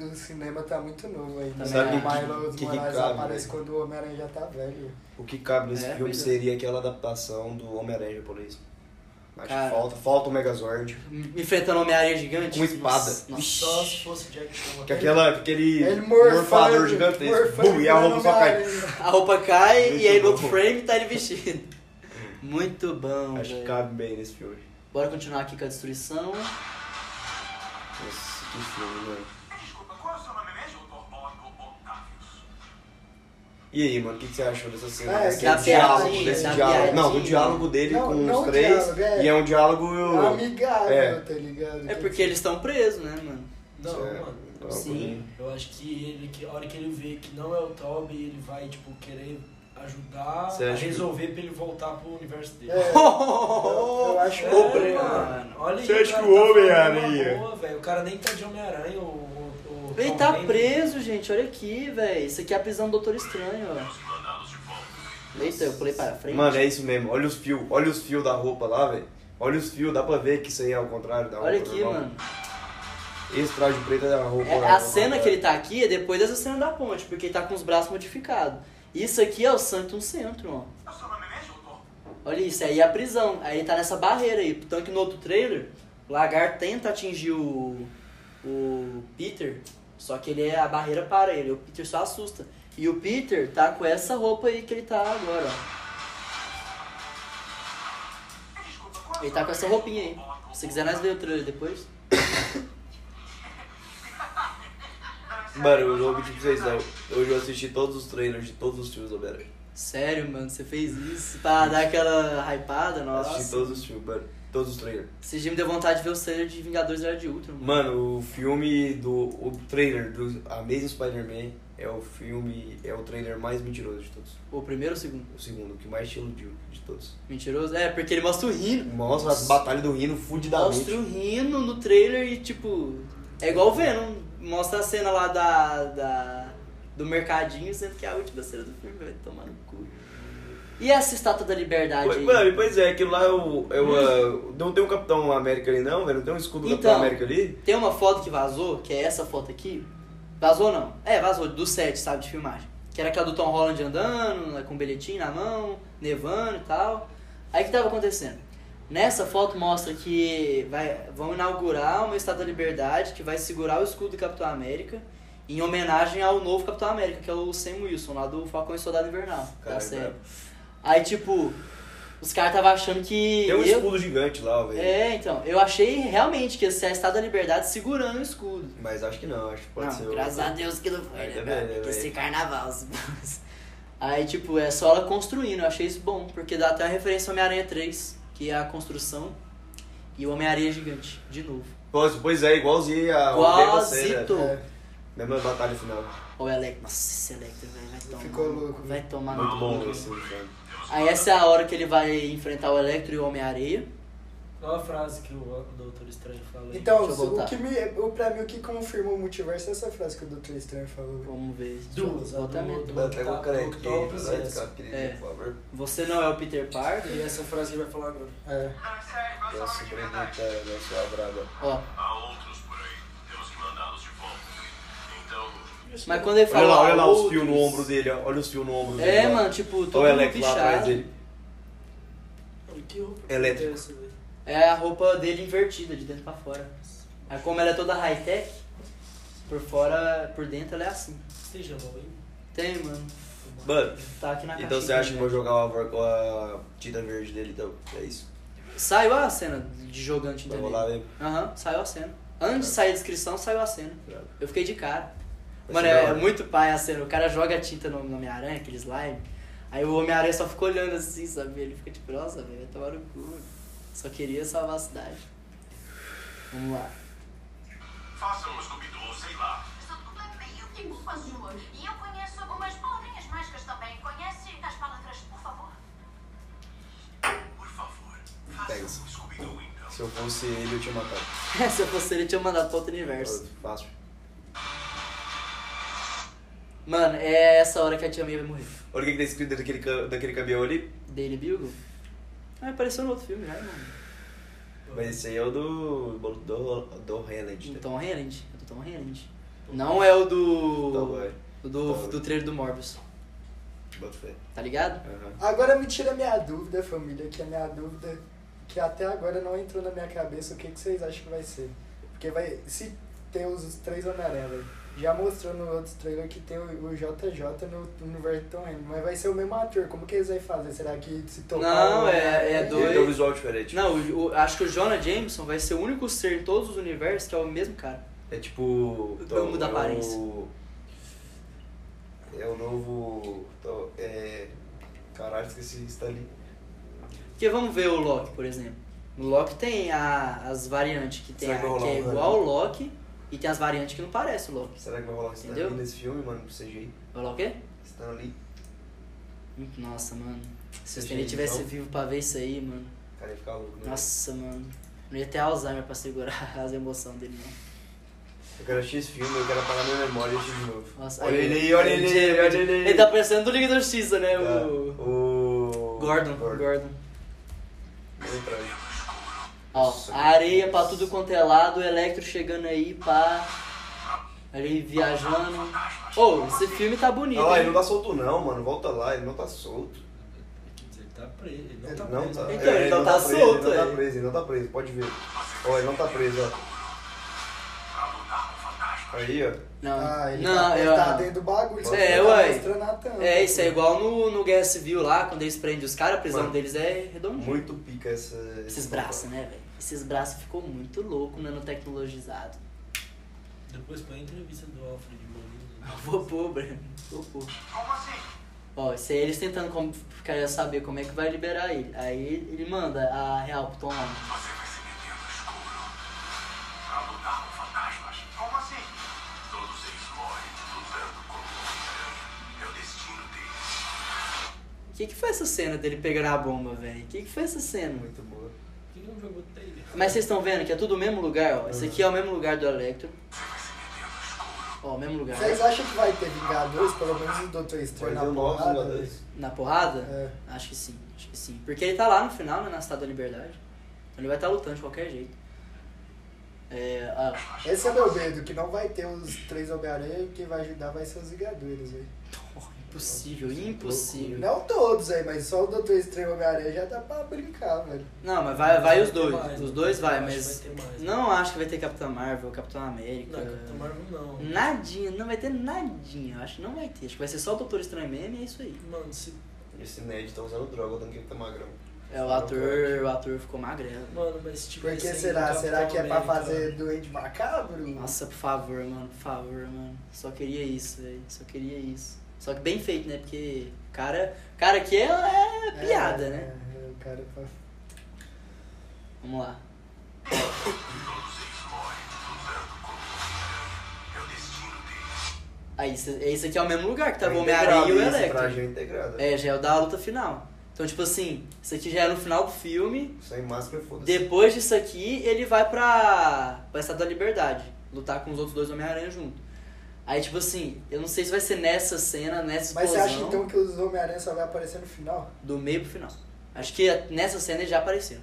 Speaker 3: do cinema tá muito novo ainda.
Speaker 2: Sabe
Speaker 3: né?
Speaker 2: que-
Speaker 3: o Miles
Speaker 1: que- que
Speaker 3: Morales
Speaker 1: cabe,
Speaker 3: aparece
Speaker 1: né?
Speaker 3: quando o Homem-Aranha já tá velho.
Speaker 1: O que cabe nesse
Speaker 2: É,
Speaker 1: filme
Speaker 2: pois é.
Speaker 1: seria aquela adaptação do Homem-Aranha japonês. Acho
Speaker 2: Cara.
Speaker 1: que falta, falta o Megazord.
Speaker 2: M- Enfrentando o Homem-Aranha gigante.
Speaker 1: Com espada.
Speaker 2: Nossa, nossa.
Speaker 5: Só se fosse Jack Chan.
Speaker 1: Que aquela, aquele
Speaker 3: Ele morfando,
Speaker 1: morfador gigantesco.
Speaker 3: morfando
Speaker 1: Bum, e a roupa só cai.
Speaker 3: Homem-Aranha.
Speaker 2: A roupa cai
Speaker 1: Muito
Speaker 2: e aí no outro
Speaker 1: bom.
Speaker 2: frame tá ele vestido. Muito bom,
Speaker 1: Acho que
Speaker 2: velho.
Speaker 1: cabe bem nesse filme.
Speaker 2: Bora continuar aqui com a destruição.
Speaker 1: Nossa, que filme, mano.
Speaker 4: Desculpa, qual é o seu nome mesmo? Borbónico Octavius.
Speaker 1: E aí, mano, o que, que você achou dessa cena?
Speaker 3: Ah, é
Speaker 1: desse
Speaker 3: da
Speaker 1: diálogo,
Speaker 3: piadinha,
Speaker 1: desse
Speaker 3: da
Speaker 1: diálogo.
Speaker 2: piadinha.
Speaker 1: Não, do diálogo dele
Speaker 3: Não,
Speaker 1: com
Speaker 3: não
Speaker 1: os
Speaker 3: o
Speaker 1: três.
Speaker 3: diálogo, é.
Speaker 1: E é um diálogo.
Speaker 3: Amigável,
Speaker 1: É.
Speaker 3: tá ligado?
Speaker 2: É porque eles estão presos, né, mano?
Speaker 5: Não,
Speaker 1: É,
Speaker 5: mano.
Speaker 1: algo
Speaker 2: Sim.
Speaker 5: Eu acho que ele, que a hora que ele vê que não é o Toby, ele vai, tipo, querer ajudar
Speaker 1: Você
Speaker 5: a
Speaker 1: acha que-
Speaker 5: resolver pra ele voltar pro universo dele.
Speaker 3: É. Eu acho
Speaker 5: É,
Speaker 3: o
Speaker 2: Pre-
Speaker 5: mano. Olha aí,
Speaker 1: Você acha
Speaker 5: o cara
Speaker 1: que o
Speaker 5: tá
Speaker 1: Homem-Aranha-
Speaker 5: falando uma boa, velho. O cara nem tá de Homem-Aranha, o, o, o
Speaker 2: Ele
Speaker 5: Tom
Speaker 2: tá
Speaker 5: Hanks.
Speaker 2: preso, gente. Olha aqui, velho. Isso aqui é a prisão do Doutor Estranho, ó. Eita, eu pulei para frente.
Speaker 1: Mano, é isso mesmo. Olha os fios. Olha os fios da roupa lá, velho. Olha os fios. Dá pra ver que isso aí é ao contrário da roupa.
Speaker 2: Olha aqui,
Speaker 1: normal.
Speaker 2: mano.
Speaker 1: Esse traje preto é da roupa.
Speaker 2: É, a cena que ele tá aqui é depois dessa cena da ponte, porque ele tá com os braços modificados. Isso aqui é o Santum Centro, ó.
Speaker 4: Qual é o seu nome mesmo, doutor?
Speaker 2: Olha isso, aí é a prisão. Aí ele tá nessa barreira aí. Tanto que no outro trailer, o Lagar tenta atingir o. o Peter. Só que ele é a barreira para ele. O Peter só assusta. E o Peter tá com essa roupa aí que ele tá agora, ó.
Speaker 4: Desculpa, qual é o
Speaker 2: Ele
Speaker 4: seu
Speaker 2: tá
Speaker 4: nome
Speaker 2: com essa
Speaker 4: mesmo?
Speaker 2: roupinha aí.
Speaker 4: Borbónico
Speaker 2: Se quiser, nós vê o trailer depois.
Speaker 1: Mano, eu não vou mentir pra vocês, não. Hoje eu assisti todos os trailers de todos os filmes do Homem-Aranha.
Speaker 2: Sério, mano, você fez isso pra dar aquela hypada,
Speaker 1: Assisti
Speaker 2: nossa.
Speaker 1: todos os filmes, mano. Todos os trailers.
Speaker 2: Esse dia me deu vontade de ver o trailer de Vingadores Era de Ultron. mano.
Speaker 1: Mano, o filme do. O trailer do Amazing Spider-Man é o filme. É o trailer mais mentiroso de todos.
Speaker 2: O primeiro ou o segundo?
Speaker 1: O segundo, que mais te iludiu de todos.
Speaker 2: Mentiroso? É, porque ele mostra o Rino.
Speaker 1: Mostra as batalhas do Rino fudidamente.
Speaker 2: Mostra o Rino no trailer e, tipo, é igual o Venom. Mostra a cena lá da, da- do mercadinho, sendo que é a última cena do filme, vai tomar no cu. E essa estátua da liberdade
Speaker 1: Pois-
Speaker 2: aí?
Speaker 1: Mano, pois é, aquilo lá é o. é o, ah, não tem um Capitão América ali, não, velho? Não tem um escudo do Capitão
Speaker 2: Então.
Speaker 1: América ali?
Speaker 2: Tem uma foto que vazou, que é essa foto aqui. Vazou não. É, vazou, do set, sabe, de filmagem. Que era aquela do Tom Holland andando, né, com o bilhetinho na mão, nevando e tal. Aí o que tava acontecendo? Nessa foto mostra que vai, vão inaugurar uma Estátua da Liberdade que vai segurar o escudo do Capitão América em homenagem ao novo Capitão América, que é o Sam Wilson, lá do Falcão e Soldado Invernal, da
Speaker 1: Caralho,
Speaker 2: série.
Speaker 1: brabo.
Speaker 2: Aí, tipo, os caras estavam achando que...
Speaker 1: Tem um
Speaker 2: eu-
Speaker 1: escudo gigante lá, velho.
Speaker 2: é, então, eu achei realmente que ia ser a Estátua da Liberdade segurando o escudo.
Speaker 1: Mas acho que não, acho que pode
Speaker 2: não,
Speaker 1: ser. o-
Speaker 2: graças a Deus que não foi,
Speaker 1: Ainda
Speaker 2: né,
Speaker 1: bem,
Speaker 2: cara?
Speaker 1: né,
Speaker 2: Tem que
Speaker 1: velho?
Speaker 2: ser carnaval. os bagulhos. Aí, tipo, é só ela construindo, eu achei isso bom, porque dá até uma referência ao Homem-Aranha 3, que é a construção e o Homem-Aranha gigante, de novo.
Speaker 1: Pois, pois é, igualzinho a.
Speaker 2: Quasito!
Speaker 3: É,
Speaker 1: Mesma né? batalha final.
Speaker 2: Ou Electra, nossa, esse Electra, velho, vai tomar.
Speaker 3: Ficou
Speaker 2: no-
Speaker 3: louco,
Speaker 2: Vai tomar
Speaker 1: Muito
Speaker 2: no-
Speaker 1: bom esse filme.
Speaker 2: Aí essa é a hora que ele vai enfrentar o Electro e o Homem-Areia.
Speaker 5: Qual a frase que o Doutor Estranho fala aí?
Speaker 3: Então,
Speaker 2: Deixa eu
Speaker 3: o
Speaker 2: voltar.
Speaker 3: que me, o, pra mim, o que confirma o multiverso é essa frase que o Doutor Estranho falou. né?
Speaker 2: Vamos ver. Deixa eu
Speaker 5: duas, a
Speaker 2: botar minha-
Speaker 5: do, do,
Speaker 1: Mano, pega uma
Speaker 5: Octa-
Speaker 1: canequinha,
Speaker 5: Octopus e
Speaker 1: vai
Speaker 5: essa.
Speaker 1: ficar querido, por favor.
Speaker 2: Você não é o Peter Parker?
Speaker 5: E essa frase que ele vai falar agora.
Speaker 3: É.
Speaker 4: Ah,
Speaker 1: Nossa, né, pergunta, nossa, braba.
Speaker 2: Ó,
Speaker 4: Há outros por aí. Temos que mandá-los de volta. Então,
Speaker 2: mas quando ele
Speaker 1: Olha
Speaker 2: fala.
Speaker 1: lá, olha lá os
Speaker 2: outros-
Speaker 1: fios no ombro dele, ó. olha os fios no ombro dele.
Speaker 2: É,
Speaker 1: lá.
Speaker 2: mano, tipo, todo
Speaker 1: Olha o
Speaker 2: mundo
Speaker 1: Elec lá
Speaker 2: pichado.
Speaker 1: atrás dele.
Speaker 5: Olha Que roupa que
Speaker 1: Elétrico.
Speaker 5: é essa, velho?
Speaker 2: É a roupa dele invertida, de dentro pra fora. Aí como ela é toda high-tech, por fora, por dentro ela é assim.
Speaker 5: Tem gelão aí?
Speaker 2: Tem, mano.
Speaker 1: Mano,
Speaker 2: Tá aqui na
Speaker 1: então você
Speaker 2: caixinha,
Speaker 1: acha que eu vou
Speaker 2: né?
Speaker 1: jogar o Avor- com a tinta verde dele, então? É isso?
Speaker 2: Saiu a cena de jogante
Speaker 1: Eu vou lá
Speaker 2: dele.
Speaker 1: ver.
Speaker 2: Aham, saiu a cena. Antes de sair a descrição, saiu a cena.
Speaker 1: Brabo.
Speaker 2: Eu fiquei de cara.
Speaker 1: Vai
Speaker 2: Mano,
Speaker 1: ser da
Speaker 2: é,
Speaker 1: hora.
Speaker 2: muito pai a cena. O cara joga a tinta no, no Homem-Aranha, aquele slime. Aí o Homem-Aranha só fica olhando assim, sabe? Ele fica tipo, nossa, velho, vai tomar no cu. mano. Só queria salvar a cidade. Vamos lá.
Speaker 4: façam um Scooby-Doo, sei lá.
Speaker 6: Sou meio é que culpa sua. E eu conheço algumas palavrinhas mágicas também. Conhece as palavras, por favor?
Speaker 4: Por favor,
Speaker 1: Pega
Speaker 4: façam
Speaker 1: isso.
Speaker 4: um Scooby-Doo então.
Speaker 1: Se eu fosse ele, eu tinha matado.
Speaker 2: Se eu fosse ele, eu tinha mandado pra outro universo.
Speaker 1: Fácil.
Speaker 2: Mano, é essa hora que a tia May vai morrer.
Speaker 1: Olha o que que tá escrito dentro daquele, ca- daquele cabelo ali.
Speaker 2: Daily Bugle? Ah, apareceu no outro filme já, irmão.
Speaker 1: Mas esse aí é o do. do. do Reynolds.
Speaker 2: Do
Speaker 1: né?
Speaker 2: Tom Holland. É do Tom Holland. Não é o
Speaker 1: Tá,
Speaker 2: do.
Speaker 1: vai.
Speaker 2: Do, do,
Speaker 1: Tá.
Speaker 2: trailer do Morbius.
Speaker 1: Bota fé.
Speaker 2: Tá ligado?
Speaker 1: Aham.
Speaker 3: Agora me tira minha dúvida, família, que é minha dúvida que até agora não entrou na minha cabeça o que, que vocês acham que vai ser. Porque vai. Se tem os três Homem-Aranha, velho, já mostrou no outro trailer que tem o, o JJ no universo Tom Hanks, mas vai ser o mesmo ator, como que eles vão fazer? Será que se topar
Speaker 2: Não,
Speaker 3: o Homem-Aranha?
Speaker 2: é- é
Speaker 1: Ele
Speaker 2: dois.
Speaker 1: tem um visual diferente.
Speaker 2: Não, o- o- acho que o Jonah Jameson vai ser o único ser em todos os universos que é o mesmo cara.
Speaker 1: É tipo.
Speaker 2: Não
Speaker 1: então,
Speaker 2: muda a
Speaker 1: é
Speaker 2: aparência.
Speaker 1: o- É o novo. então, É. Caralho, esqueci isso tá ali.
Speaker 2: Porque vamos ver o Loki, por exemplo. O Loki tem a- as variantes que tem
Speaker 1: Será
Speaker 2: a-
Speaker 1: que vai
Speaker 2: que é
Speaker 1: rolar um
Speaker 2: igual ao Loki e tem as variantes que não parece o Loki.
Speaker 1: Será que vai rolar Stan
Speaker 2: Entendeu?
Speaker 1: Lee nesse filme, mano? Pro CGI?
Speaker 2: Vai lá o quê?
Speaker 1: Stan Lee.
Speaker 2: Nossa, mano. Se o
Speaker 1: Esse
Speaker 2: Stanley
Speaker 1: jeito,
Speaker 2: tivesse
Speaker 1: então.
Speaker 2: vivo pra ver isso aí, mano.
Speaker 1: Cara, ia ficar louco, né?
Speaker 2: Nossa, mano. Não ia ter Alzheimer pra segurar as emoções dele, não.
Speaker 1: Eu quero assistir esse filme, eu quero apagar minha memória e assistir de novo.
Speaker 2: Nossa,
Speaker 1: olha ele aí, olha ele aí, olha ele aí.
Speaker 2: Ele tá parecendo do Liga da Justiça, né?
Speaker 1: Tá.
Speaker 2: O...
Speaker 1: O.
Speaker 2: Gordon. Gordon.
Speaker 1: Vem pra mim.
Speaker 2: Ó, a areia pra tudo quanto é lado, o Electro chegando aí, pá. Ele viajando. Ô, esse filme tá bonito,
Speaker 1: Olha lá, ele
Speaker 2: hein?
Speaker 1: não tá solto não, mano. Volta lá, ele não tá solto.
Speaker 5: Quer dizer, Ele tá preso. Ele não
Speaker 1: Ele
Speaker 5: tá
Speaker 1: não
Speaker 5: preso.
Speaker 1: tá.
Speaker 2: Então,
Speaker 1: é,
Speaker 2: ele não tá
Speaker 1: preso,
Speaker 2: solto,
Speaker 1: Ele não
Speaker 2: é.
Speaker 1: tá preso, ele não tá preso, pode ver. Ó, ele não tá preso, ó. Aí, ó.
Speaker 2: Não,
Speaker 3: Ah, ele
Speaker 2: não,
Speaker 3: tá, ele
Speaker 2: eu,
Speaker 3: tá
Speaker 2: não.
Speaker 3: dentro do bagulho, só
Speaker 2: É,
Speaker 3: que ele tá
Speaker 2: uai.
Speaker 3: mostrando a tampa.
Speaker 2: É, isso é igual no, no Guerra Civil lá, quando eles prendem os caras, a prisão
Speaker 1: Mano.
Speaker 2: deles é redondinha.
Speaker 1: Muito pica essa.
Speaker 2: Esses braços, né, velho? Esses braços ficou muito louco, né, nanotecnologizado.
Speaker 5: Então, Depois põe a entrevista do Alfred Molina.
Speaker 2: Vou pôr, Breno. Vou pôr.
Speaker 4: Como assim?
Speaker 2: Ó, isso aí eles tentando como, ficar, saber como é que vai liberar ele. Aí ele manda a real pro Tom Holland.
Speaker 4: Você vai se meter no escuro. Pra lutar com fantasmas. Como assim? Todos eles morrem lutando contra o Homem-Aranha. É o destino deles.
Speaker 2: O que, que foi essa cena dele pegar a bomba, velho? O que, que foi essa cena?
Speaker 1: Muito boa.
Speaker 5: Por que não jogou trailer?
Speaker 2: Mas vocês estão vendo que é tudo o mesmo lugar, ó. Esse aqui é o mesmo lugar do Electro. Ó, o mesmo lugar.
Speaker 3: Vocês acham que vai ter Vingadores, pelo menos o Doutor Estranho
Speaker 1: Pode
Speaker 3: na
Speaker 1: ter novos
Speaker 3: porrada?
Speaker 1: jogadores.
Speaker 2: Na porrada?
Speaker 3: É.
Speaker 2: Acho que sim, acho que sim. Porque ele tá lá no final, né, na Estátua da Liberdade. Então ele vai estar lutando de qualquer jeito. É, ah,
Speaker 3: Esse é meu medo, que não vai ter os três Homem-Aranha e quem vai ajudar vai ser os Vingadores, velho.
Speaker 2: porra, impossível,
Speaker 5: Hum.
Speaker 2: impossível.
Speaker 3: Não todos aí, mas só o Doutor Estranho e o Homem-Aranha já dá pra brincar, velho.
Speaker 2: Não, mas vai, vai os
Speaker 5: ter
Speaker 2: dois.
Speaker 5: mais,
Speaker 2: Os dois
Speaker 5: eu
Speaker 2: vai,
Speaker 5: acho que
Speaker 2: mas.
Speaker 5: Vai ter mais. né?
Speaker 2: Não acho que vai ter Capitão Marvel, Capitão América.
Speaker 5: Não, Capitão Marvel não.
Speaker 2: Nadinha, não vai ter nadinha. Acho que não vai ter. Acho que vai ser só o Doutor Estranho mesmo e é isso aí.
Speaker 5: Mano, se,
Speaker 1: Esse Ned tá usando droga, tanto que ele tá magrão.
Speaker 2: É, o ator, o ator ficou magrelo.
Speaker 5: mano, mas tipo.
Speaker 3: Por
Speaker 5: esse
Speaker 3: que
Speaker 5: aí do
Speaker 3: será? Será
Speaker 5: Capitão
Speaker 3: que é pra
Speaker 5: América,
Speaker 3: fazer doente macabro?
Speaker 2: Nossa, por favor, mano, por favor, mano. Só queria isso, velho. Só queria isso. Só que bem feito, né? Porque o cara, o cara aqui é, é piada, né?
Speaker 3: É, é, o cara pra...
Speaker 2: Vamos lá.
Speaker 4: Todos eles morrem lutando contra o Homem-Aranha. É o destino deles.
Speaker 2: Aí, isso- esse aqui é o mesmo lugar que tava
Speaker 1: É
Speaker 2: o Homem-Aranha e o
Speaker 1: integrado isso, Traje
Speaker 2: né, Electro.
Speaker 1: é integrado.
Speaker 2: É, já é o da luta final. Então, tipo assim, isso aqui já é no final do filme.
Speaker 1: Sem máscara, foda-se.
Speaker 2: Depois disso aqui, ele vai pra, pra Estátua da Liberdade. Lutar com os outros dois Homem-Aranha junto. Aí, tipo assim, eu não sei se vai ser nessa cena, nessa
Speaker 3: Mas você
Speaker 2: explosão.
Speaker 3: acha então que os Homem-Aranha só vai aparecer no final?
Speaker 2: Do meio pro final. Acho que nessa cena eles já apareceram.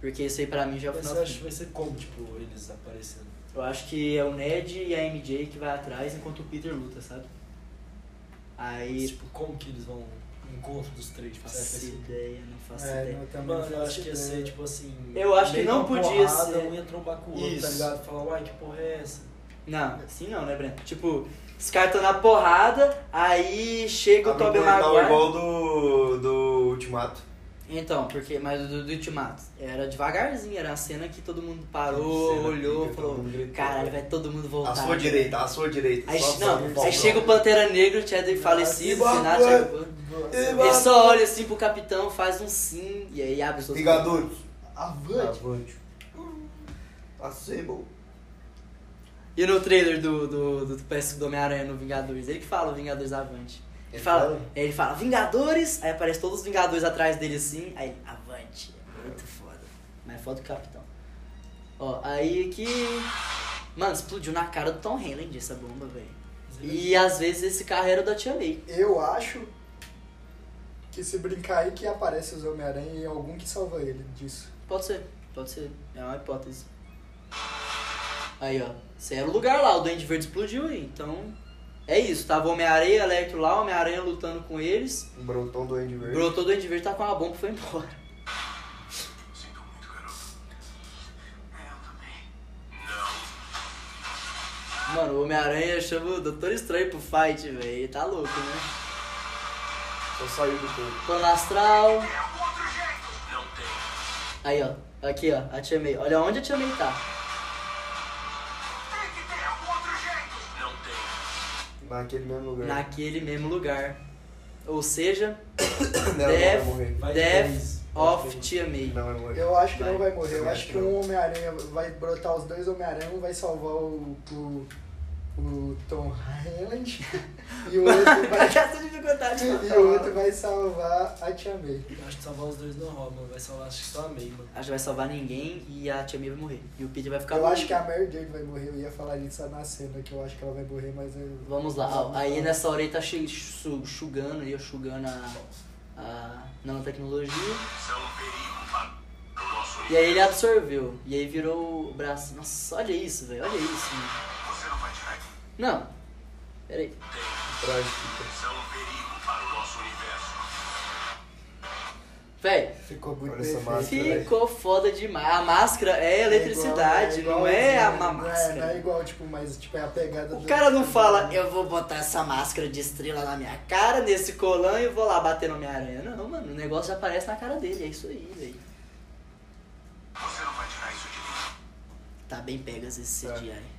Speaker 2: Porque isso aí pra mim já é o
Speaker 5: Mas
Speaker 2: final.
Speaker 5: você
Speaker 2: do
Speaker 5: acha que
Speaker 2: filme.
Speaker 5: vai ser como, tipo, eles aparecendo?
Speaker 2: Eu acho que é o Ned e a MJ que vai atrás enquanto o Peter luta, sabe? Aí.
Speaker 5: Tipo, como que eles vão. o Encontro dos três, tipo, será que vai
Speaker 2: Faço
Speaker 5: ser
Speaker 2: ideia, não faço
Speaker 3: É,
Speaker 2: ideia.
Speaker 3: não, também não
Speaker 5: Mano, eu
Speaker 3: faço
Speaker 5: acho que ia
Speaker 3: ideia.
Speaker 5: ser tipo assim.
Speaker 2: Eu acho
Speaker 5: meio
Speaker 2: que não
Speaker 5: que uma
Speaker 2: podia
Speaker 5: porrada,
Speaker 2: ser.
Speaker 5: Um ia trombar com o outro, tá
Speaker 2: Isso.
Speaker 5: ligado? Falar, uai, que porra é essa?
Speaker 2: Não, assim não, né, Breno? Tipo, os caras tão na porrada, aí chega o
Speaker 1: Abre um
Speaker 2: Tobey
Speaker 1: portal
Speaker 2: Maguire.
Speaker 1: igual do, do Ultimato.
Speaker 2: Então, porque, mas do, do Ultimato, era devagarzinho, era a cena que todo mundo parou,
Speaker 1: Cena
Speaker 2: olhou,
Speaker 1: pica, todo
Speaker 2: falou,
Speaker 1: mundo gritou.
Speaker 2: caralho, vai todo mundo voltar. né?"
Speaker 1: À sua direita, à sua direita.
Speaker 2: Aí,
Speaker 1: só
Speaker 2: não,
Speaker 1: sabe
Speaker 2: aí
Speaker 1: qual
Speaker 2: chega o
Speaker 1: droga.
Speaker 2: Pantera Negra, o Chadwick falecido,
Speaker 1: Igual
Speaker 2: o Sinatra,
Speaker 1: agora.
Speaker 2: Chadwick
Speaker 5: tipo,
Speaker 2: Boseman.
Speaker 3: Nossa.
Speaker 2: ele só olha assim pro capitão, faz um sim, e aí abre os outros.
Speaker 1: Vingadores.
Speaker 3: Avante?
Speaker 1: Avante. Assemble.
Speaker 2: E no trailer do, do, do, do PS do Homem-Aranha no Vingadores, ele que fala o Vingadores Avante. Ele,
Speaker 1: Ele
Speaker 2: fala, é,
Speaker 1: fala?
Speaker 2: ele fala, Vingadores, aí aparece todos os Vingadores atrás dele assim, aí ele, Avante. É Muito foda. Mas é foda o capitão. Ó, aí aqui. Mano, explodiu na cara do Tom Holland essa bomba, velho. E às vezes esse carro era o da Tia May.
Speaker 3: Eu acho que se brincar aí que aparece os Homem-Aranha e algum que salva ele disso.
Speaker 2: Pode ser, pode ser. É uma hipótese. Aí, ó. Esse era o lugar lá, o Duende Verde explodiu aí. Então, é isso. Tava Homem-Aranha, Electro lá, Homem-Aranha lutando com eles.
Speaker 1: Um brotão do Andy Verde.
Speaker 2: Brotou o Duende Verde, tá com uma bomba e foi embora.
Speaker 4: Sinto muito, garoto. É, Eu também. Não.
Speaker 2: Mano, o Homem-Aranha chama o Doutor Estranho pro fight, velho. Ele tá louco, né?
Speaker 1: Só Então saiu do todo.
Speaker 2: Plano astral.
Speaker 4: É um outro jeito. Não tem.
Speaker 2: Aí, ó. Aqui, ó. A Tia May. Olha onde a Tia May tá.
Speaker 4: Tem que ter algum outro jeito. Não tem.
Speaker 1: Naquele mesmo lugar.
Speaker 2: Naquele mesmo lugar. Ou seja,
Speaker 1: Não, vai
Speaker 2: Def-
Speaker 1: morrer.
Speaker 5: Vai
Speaker 2: Death
Speaker 5: três, vai
Speaker 2: of
Speaker 5: três.
Speaker 2: Tia May.
Speaker 1: Não, vai morrer.
Speaker 3: Eu acho que não
Speaker 2: Vai.
Speaker 3: vai morrer. Eu acho que um Homem-Aranha vai brotar os dois Homem-Aranha, um vai salvar o, o, o Tom Holland e o outro vai,
Speaker 2: Essa dificuldade,
Speaker 3: e o outro vai salvar a Tia May.
Speaker 5: Eu acho que salvar os dois não rola, mano. Vai salvar acho que só a May, mano.
Speaker 2: Acho que vai salvar ninguém e a Tia May vai morrer. E o Peter vai ficar
Speaker 3: Eu
Speaker 2: louco.
Speaker 3: acho que a Mary Jane vai morrer. Eu ia falar disso na cena que eu acho que ela vai morrer, mas eu...
Speaker 2: Vamos lá. ó, aí nessa hora ele tá che- su- sugando, aí, ó, sugando a, a nanotecnologia.
Speaker 4: Isso é um perigo para o nosso
Speaker 2: E aí ele é- absorveu. E aí virou o braço. Nossa, olha isso, velho. Olha isso. mano.
Speaker 4: Você não vai tirar de
Speaker 2: Não. Pera aí.
Speaker 1: Traje fica.
Speaker 4: Isso é um perigo para o nosso universo.
Speaker 2: Véi,
Speaker 3: Ficou muito
Speaker 1: Olha essa
Speaker 3: perfeito.
Speaker 1: máscara.
Speaker 2: ficou foda demais. A máscara é eletricidade, não é a má
Speaker 3: não é, não é
Speaker 2: máscara.
Speaker 3: igual, tipo, mas tipo, é a pegada
Speaker 2: O
Speaker 3: do-
Speaker 2: cara não fala, eu vou botar essa máscara de estrela na minha cara, nesse colã, e vou lá bater na minha aranha. Não, mano, o negócio já aparece na cara dele, é isso aí, velho.
Speaker 4: Você não vai tirar isso de mim.
Speaker 2: Tá bem pegas esse
Speaker 1: Tá.
Speaker 2: CGI.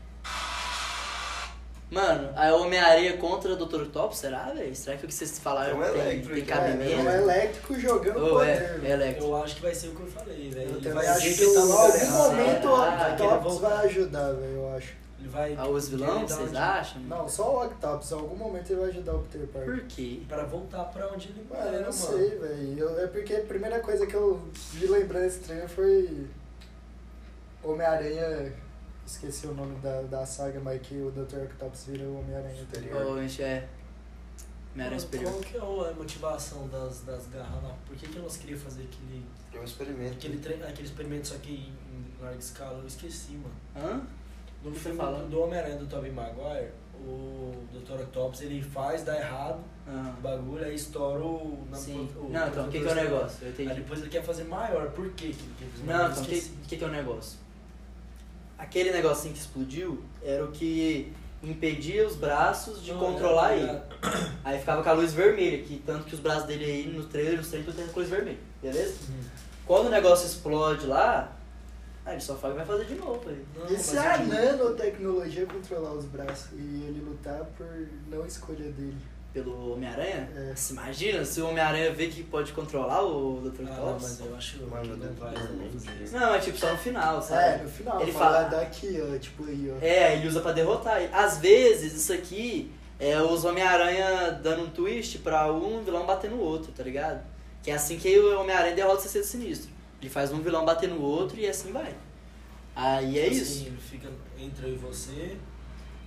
Speaker 2: Mano, a Homem-Aranha contra o Dr. Top, será, velho? Será que o que vocês falaram
Speaker 1: É um
Speaker 2: tem,
Speaker 1: Electro,
Speaker 2: tem
Speaker 1: então, é,
Speaker 3: É,
Speaker 2: cabimento?
Speaker 3: um elétrico jogando
Speaker 2: Ou "Ah, é,
Speaker 3: poder. né?
Speaker 2: é Electro.
Speaker 5: Eu acho que vai ser o que eu falei, velho.
Speaker 3: Eu
Speaker 5: Ele
Speaker 3: também
Speaker 5: vai
Speaker 3: acho
Speaker 5: dizer
Speaker 3: que
Speaker 5: ele
Speaker 3: em
Speaker 5: tá no lugar
Speaker 3: algum
Speaker 5: errado.
Speaker 3: momento
Speaker 2: Ah,
Speaker 3: o
Speaker 5: que ele
Speaker 3: Octopus
Speaker 5: volta.
Speaker 3: vai ajudar, velho, eu acho.
Speaker 5: Ele vai.
Speaker 2: Ah, os vilões,
Speaker 5: querer dar
Speaker 2: vocês
Speaker 5: onde-
Speaker 2: acham?
Speaker 3: Não, só o Octopus. Em algum momento ele vai ajudar o Peter Parker.
Speaker 2: Por quê?
Speaker 5: Pra voltar pra onde ele
Speaker 3: Mano, eu
Speaker 5: era,
Speaker 3: não
Speaker 5: É, mano.
Speaker 3: sei, velho. Eu- É porque a primeira coisa que eu vi lembrando esse trailer foi Homem-Aranha. Esqueci o nome da, da saga, mas que o Dr. Octopus vira o Homem-Aranha tá anterior.
Speaker 2: Ou a gente é. Homem-Aranha
Speaker 5: Mano,
Speaker 2: Superior.
Speaker 5: Qual que é a motivação das, das garras lá? Por que, que elas queriam fazer aquele,
Speaker 1: É um experimento.
Speaker 5: aquele, tre- aquele experimento só que em, em larga escala? Eu esqueci, mano.
Speaker 2: Hã?
Speaker 5: No
Speaker 2: O que você
Speaker 5: filme
Speaker 2: fala?
Speaker 5: do Homem-Aranha do Tobey Maguire, o Dr. Octopus, ele faz, dá errado
Speaker 2: Ah,
Speaker 5: o bagulho, aí estoura o... na-
Speaker 2: sim.
Speaker 5: o-
Speaker 2: Não, então, o que, que é o negócio? Eu
Speaker 5: Aí
Speaker 2: entendi.
Speaker 5: depois ele quer fazer maior. Por que que ele quer fazer maior?
Speaker 2: Não,
Speaker 5: Eu
Speaker 2: então, o que,
Speaker 5: esqueci.
Speaker 2: que, que é o negócio? Aquele negocinho que explodiu era o que impedia os braços de
Speaker 5: Não,
Speaker 2: controlar
Speaker 5: é-
Speaker 2: ele. Aí ficava com a luz vermelha, que tanto que os braços dele aí no trailer, no trailer, tem a luz vermelha, beleza?
Speaker 5: Hum.
Speaker 2: Quando o negócio explode lá, aí ele só fala que vai fazer de novo. Aí.
Speaker 5: Não,
Speaker 3: E se
Speaker 2: é
Speaker 5: mas é
Speaker 3: é
Speaker 5: tipo,
Speaker 3: a
Speaker 5: eu digo-
Speaker 3: nanotecnologia controlar os braços e ele lutar por não escolha dele?
Speaker 2: Pelo Homem-Aranha?
Speaker 3: É.
Speaker 2: Se imagina, se o Homem-Aranha vê que pode controlar o Dr.
Speaker 5: Ah, não,
Speaker 2: Octopus.
Speaker 5: mas eu acho que
Speaker 1: Mano,
Speaker 5: não
Speaker 1: dentro
Speaker 5: vai
Speaker 1: do
Speaker 5: não vai
Speaker 1: mundo.
Speaker 5: fazer isso.
Speaker 2: Não, é tipo só no final,
Speaker 3: É,
Speaker 2: sabe?
Speaker 3: no final,
Speaker 2: Ele
Speaker 3: ele
Speaker 2: fala-
Speaker 3: fala daqui, ó, tipo aí, ó.
Speaker 2: É, ele usa pra derrotar. ele. Às vezes, isso aqui é os Homem-Aranha dando um twist pra um vilão bater no outro, tá ligado? Que é assim que o Homem-Aranha derrota o CC do Sinistro. Ele faz um vilão bater no outro e assim vai. Aí é
Speaker 5: Assim,
Speaker 2: isso.
Speaker 5: Ele fica entre eu e você.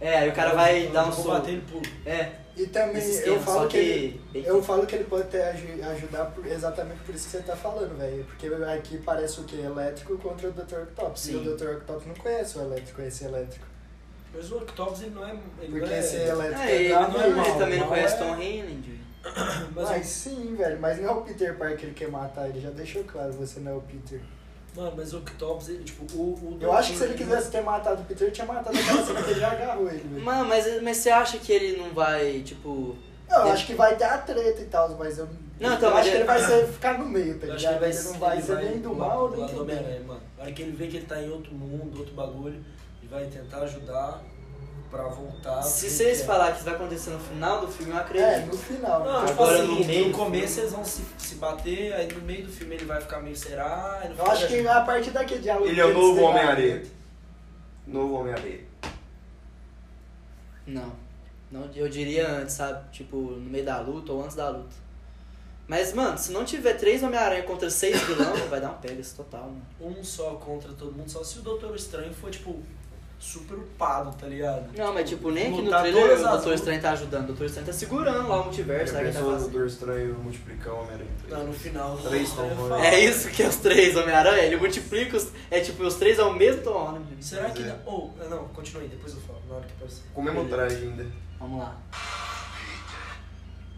Speaker 2: É, aí o cara vai
Speaker 5: Eu
Speaker 2: dar um
Speaker 5: vou
Speaker 2: soco.
Speaker 5: então, tipo, bater ele por.
Speaker 2: É,
Speaker 3: E também
Speaker 2: esse
Speaker 3: eu
Speaker 2: esquema, só
Speaker 3: falo que ele-
Speaker 2: que...
Speaker 3: Eu falo que ele pode ter aju- ajudar por- exatamente por isso que você tá falando, velho. Porque aqui parece o quê? Elétrico contra o Dr. Octopus. E
Speaker 2: Sim.
Speaker 3: o Dr. Octopus não conhece o elétrico, esse elétrico.
Speaker 5: Mas o Octopus ele não é. Ele
Speaker 3: Porque
Speaker 5: não é,
Speaker 3: esse elétrico
Speaker 2: É,
Speaker 3: é,
Speaker 2: ele,
Speaker 3: da
Speaker 2: não- ele
Speaker 5: normal,
Speaker 3: normal.
Speaker 2: também não
Speaker 5: normal
Speaker 2: conhece
Speaker 5: é-
Speaker 2: Tom Holland.
Speaker 5: Mas,
Speaker 3: Mas sim, velho. Mas não é o Peter Parker que ele quer matar. Ele já deixou claro, você não é o Peter.
Speaker 5: mano, mas o Octopus, ele, tipo, o. o
Speaker 3: Eu acho que se ele quisesse ter matado o Peter, ele tinha matado aquela cena que ele já agarrou ele, velho.
Speaker 2: Mano, mas, mas você acha que ele não vai, tipo...
Speaker 3: Não, eu acho que vai ter a treta e tal, mas eu...
Speaker 2: Não,
Speaker 3: Não,
Speaker 2: então,
Speaker 3: eu
Speaker 2: mas
Speaker 3: acho que
Speaker 2: ele-
Speaker 3: ele vai ser, ficar no meio, tá
Speaker 5: Eu acho que ele
Speaker 3: ligado?
Speaker 5: vai
Speaker 3: Ele não vai
Speaker 5: ele
Speaker 3: ser nem do
Speaker 5: pular
Speaker 3: mal,
Speaker 5: pro
Speaker 3: nem
Speaker 5: lado do
Speaker 3: do bem.
Speaker 5: Homem-Aranha, mano. Na hora que ele vê que ele tá em outro mundo, outro bagulho, ele vai tentar ajudar pra voltar.
Speaker 2: Se
Speaker 5: porque
Speaker 2: vocês
Speaker 5: quer.
Speaker 2: falarem que isso vai acontecer no final do filme, eu
Speaker 3: É,
Speaker 2: acredito.
Speaker 3: no final.
Speaker 5: é. Não,
Speaker 3: né?
Speaker 5: tipo
Speaker 2: Agora
Speaker 5: assim,
Speaker 2: no
Speaker 5: no,
Speaker 2: meio do
Speaker 5: começo
Speaker 2: filme.
Speaker 5: eles vão se, se bater, aí no meio do filme ele vai ficar meio será. aí no
Speaker 3: Eu
Speaker 5: final
Speaker 3: acho que a partir daquele diálogo.
Speaker 1: Ele é o
Speaker 3: que eles
Speaker 1: novo
Speaker 3: têm lá-
Speaker 1: Homem-Areia. Novo Homem-Areia.
Speaker 2: Não. não. Eu diria antes, sabe? Tipo, no meio da luta ou antes da luta. Mas, mano, se não tiver três Homem-Aranha contra seis vilão, vai dar um Pegasus total, mano.
Speaker 5: um só contra todo mundo, só se o Doutor Estranho for, tipo, super upado, tá ligado?
Speaker 2: Não, mas tipo, nem aqui no
Speaker 5: Lutar
Speaker 2: trailer
Speaker 5: todas
Speaker 2: o
Speaker 5: as
Speaker 2: Doutor
Speaker 5: lutas.
Speaker 2: Estranho tá ajudando. O Doutor Estranho tá segurando lá o
Speaker 1: Já
Speaker 2: multiverso, sabe o que tá
Speaker 1: pensou o
Speaker 2: fazendo.
Speaker 1: Doutor Estranho multiplicar o Homem-Aranha? em três?
Speaker 5: Não, no final.
Speaker 1: Três Tom
Speaker 5: Eu
Speaker 1: Holland.
Speaker 5: falo.
Speaker 2: É isso que é os três Homem-Aranha, ele multiplica os... É tipo, os três ao mesmo Tom né? Holland.
Speaker 5: Será que.
Speaker 1: Pois é.
Speaker 5: não- Ou, ah, não, continue aí, depois eu falo, na hora que aparecer.
Speaker 1: Com o mesmo traje ainda.
Speaker 2: Vamos lá.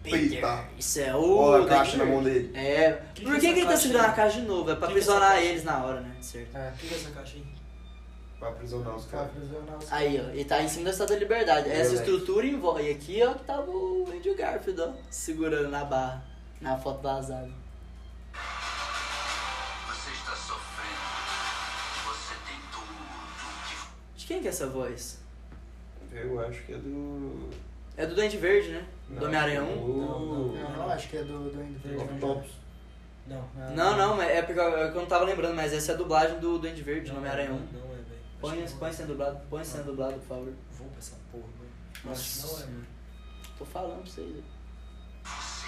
Speaker 1: Eita.
Speaker 2: Isso é o...
Speaker 1: Olha a
Speaker 2: David
Speaker 1: caixa na
Speaker 2: Peter.
Speaker 1: mão dele.
Speaker 2: É,
Speaker 5: Que
Speaker 2: por
Speaker 5: que
Speaker 2: que,
Speaker 5: essa
Speaker 2: que ele tá segurando
Speaker 5: caixa aí?
Speaker 2: a caixa de novo? É pra
Speaker 5: Que que essa
Speaker 2: aprisionar
Speaker 5: caixa?
Speaker 2: eles na hora, né? Certo.
Speaker 5: O que que é essa caixa aí? Ah,
Speaker 1: Pra aprisionar os
Speaker 3: Pra
Speaker 1: caras.
Speaker 3: aprisionar os
Speaker 2: Aí, ó, ele tá em cima da Estátua da Liberdade.
Speaker 1: É,
Speaker 2: Essa
Speaker 1: velho.
Speaker 2: estrutura envolve. E aqui, ó, que tava o Andrew Garfield, ó, segurando na barra, na foto vazada.
Speaker 4: Você está sofrendo. Você tem tudo o que
Speaker 2: De quem que é essa voz?
Speaker 1: Eu acho que é do.
Speaker 2: É do Duende Verde, né? Do Homem-Aranha 1?
Speaker 1: Não,
Speaker 3: Não, não, acho que é do do Andy
Speaker 1: do
Speaker 3: Verde. não.
Speaker 1: Octopus.
Speaker 5: Não.
Speaker 2: Não, não, mas é porque eu, eu não tava lembrando, mas essa é a dublagem do Duende Verde, do Homem-Aranha 1.
Speaker 5: Não, é, velho. Acho
Speaker 2: Põe,
Speaker 5: que não
Speaker 2: põe
Speaker 5: é.
Speaker 2: sendo dublado, põe sendo dublado, por favor.
Speaker 5: Vou pra essa porra, velho.
Speaker 2: Nossa.
Speaker 5: Acho que não é, mano.
Speaker 2: Tô falando pra vocês.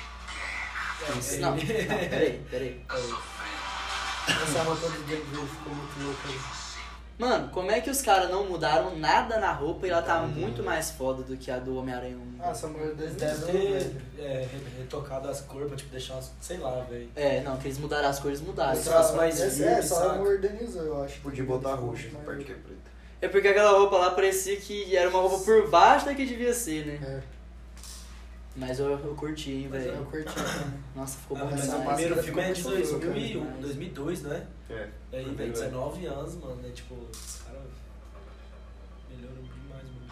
Speaker 5: É,
Speaker 2: Não, não,
Speaker 5: ele-
Speaker 2: peraí, peraí.
Speaker 3: Essa roupa do Andy Verde ficou muito louca. né?
Speaker 2: Mano, como é que os caras não mudaram nada na roupa e ela tá muito mais foda do que a do Homem-Aranha 1?
Speaker 3: Ah, essa mulher das
Speaker 5: Eles
Speaker 3: 10
Speaker 5: devem
Speaker 3: né?
Speaker 5: ter é, re- retocado as cores pra, tipo, deixar, umas- sei lá, velho.
Speaker 2: É, não, que eles mudaram as cores, mudaram.
Speaker 5: Os traços um mais
Speaker 3: É,
Speaker 5: vivos,
Speaker 3: só
Speaker 5: saca?
Speaker 3: ela modernizou, eu acho.
Speaker 1: Podia botar roxo essa
Speaker 3: Mas-
Speaker 1: parte que é preta.
Speaker 2: É porque aquela roupa lá parecia que era uma roupa por baixo da que devia ser, né?
Speaker 3: É,
Speaker 2: Mas eu, eu curti, hein,
Speaker 5: Mas
Speaker 2: velho.
Speaker 3: eu curti também.
Speaker 2: Nossa, ficou
Speaker 5: Ah,
Speaker 2: bom
Speaker 5: mas
Speaker 3: essa máscara
Speaker 5: o
Speaker 2: demais.
Speaker 5: primeiro filme é de
Speaker 3: ficou muito louca,
Speaker 5: 2001,
Speaker 2: né?
Speaker 5: 2002, né?
Speaker 1: É.
Speaker 5: Aí, velho,
Speaker 1: Primeiro,
Speaker 5: 19 anos, mano, é tipo, os caras melhoram demais, mano.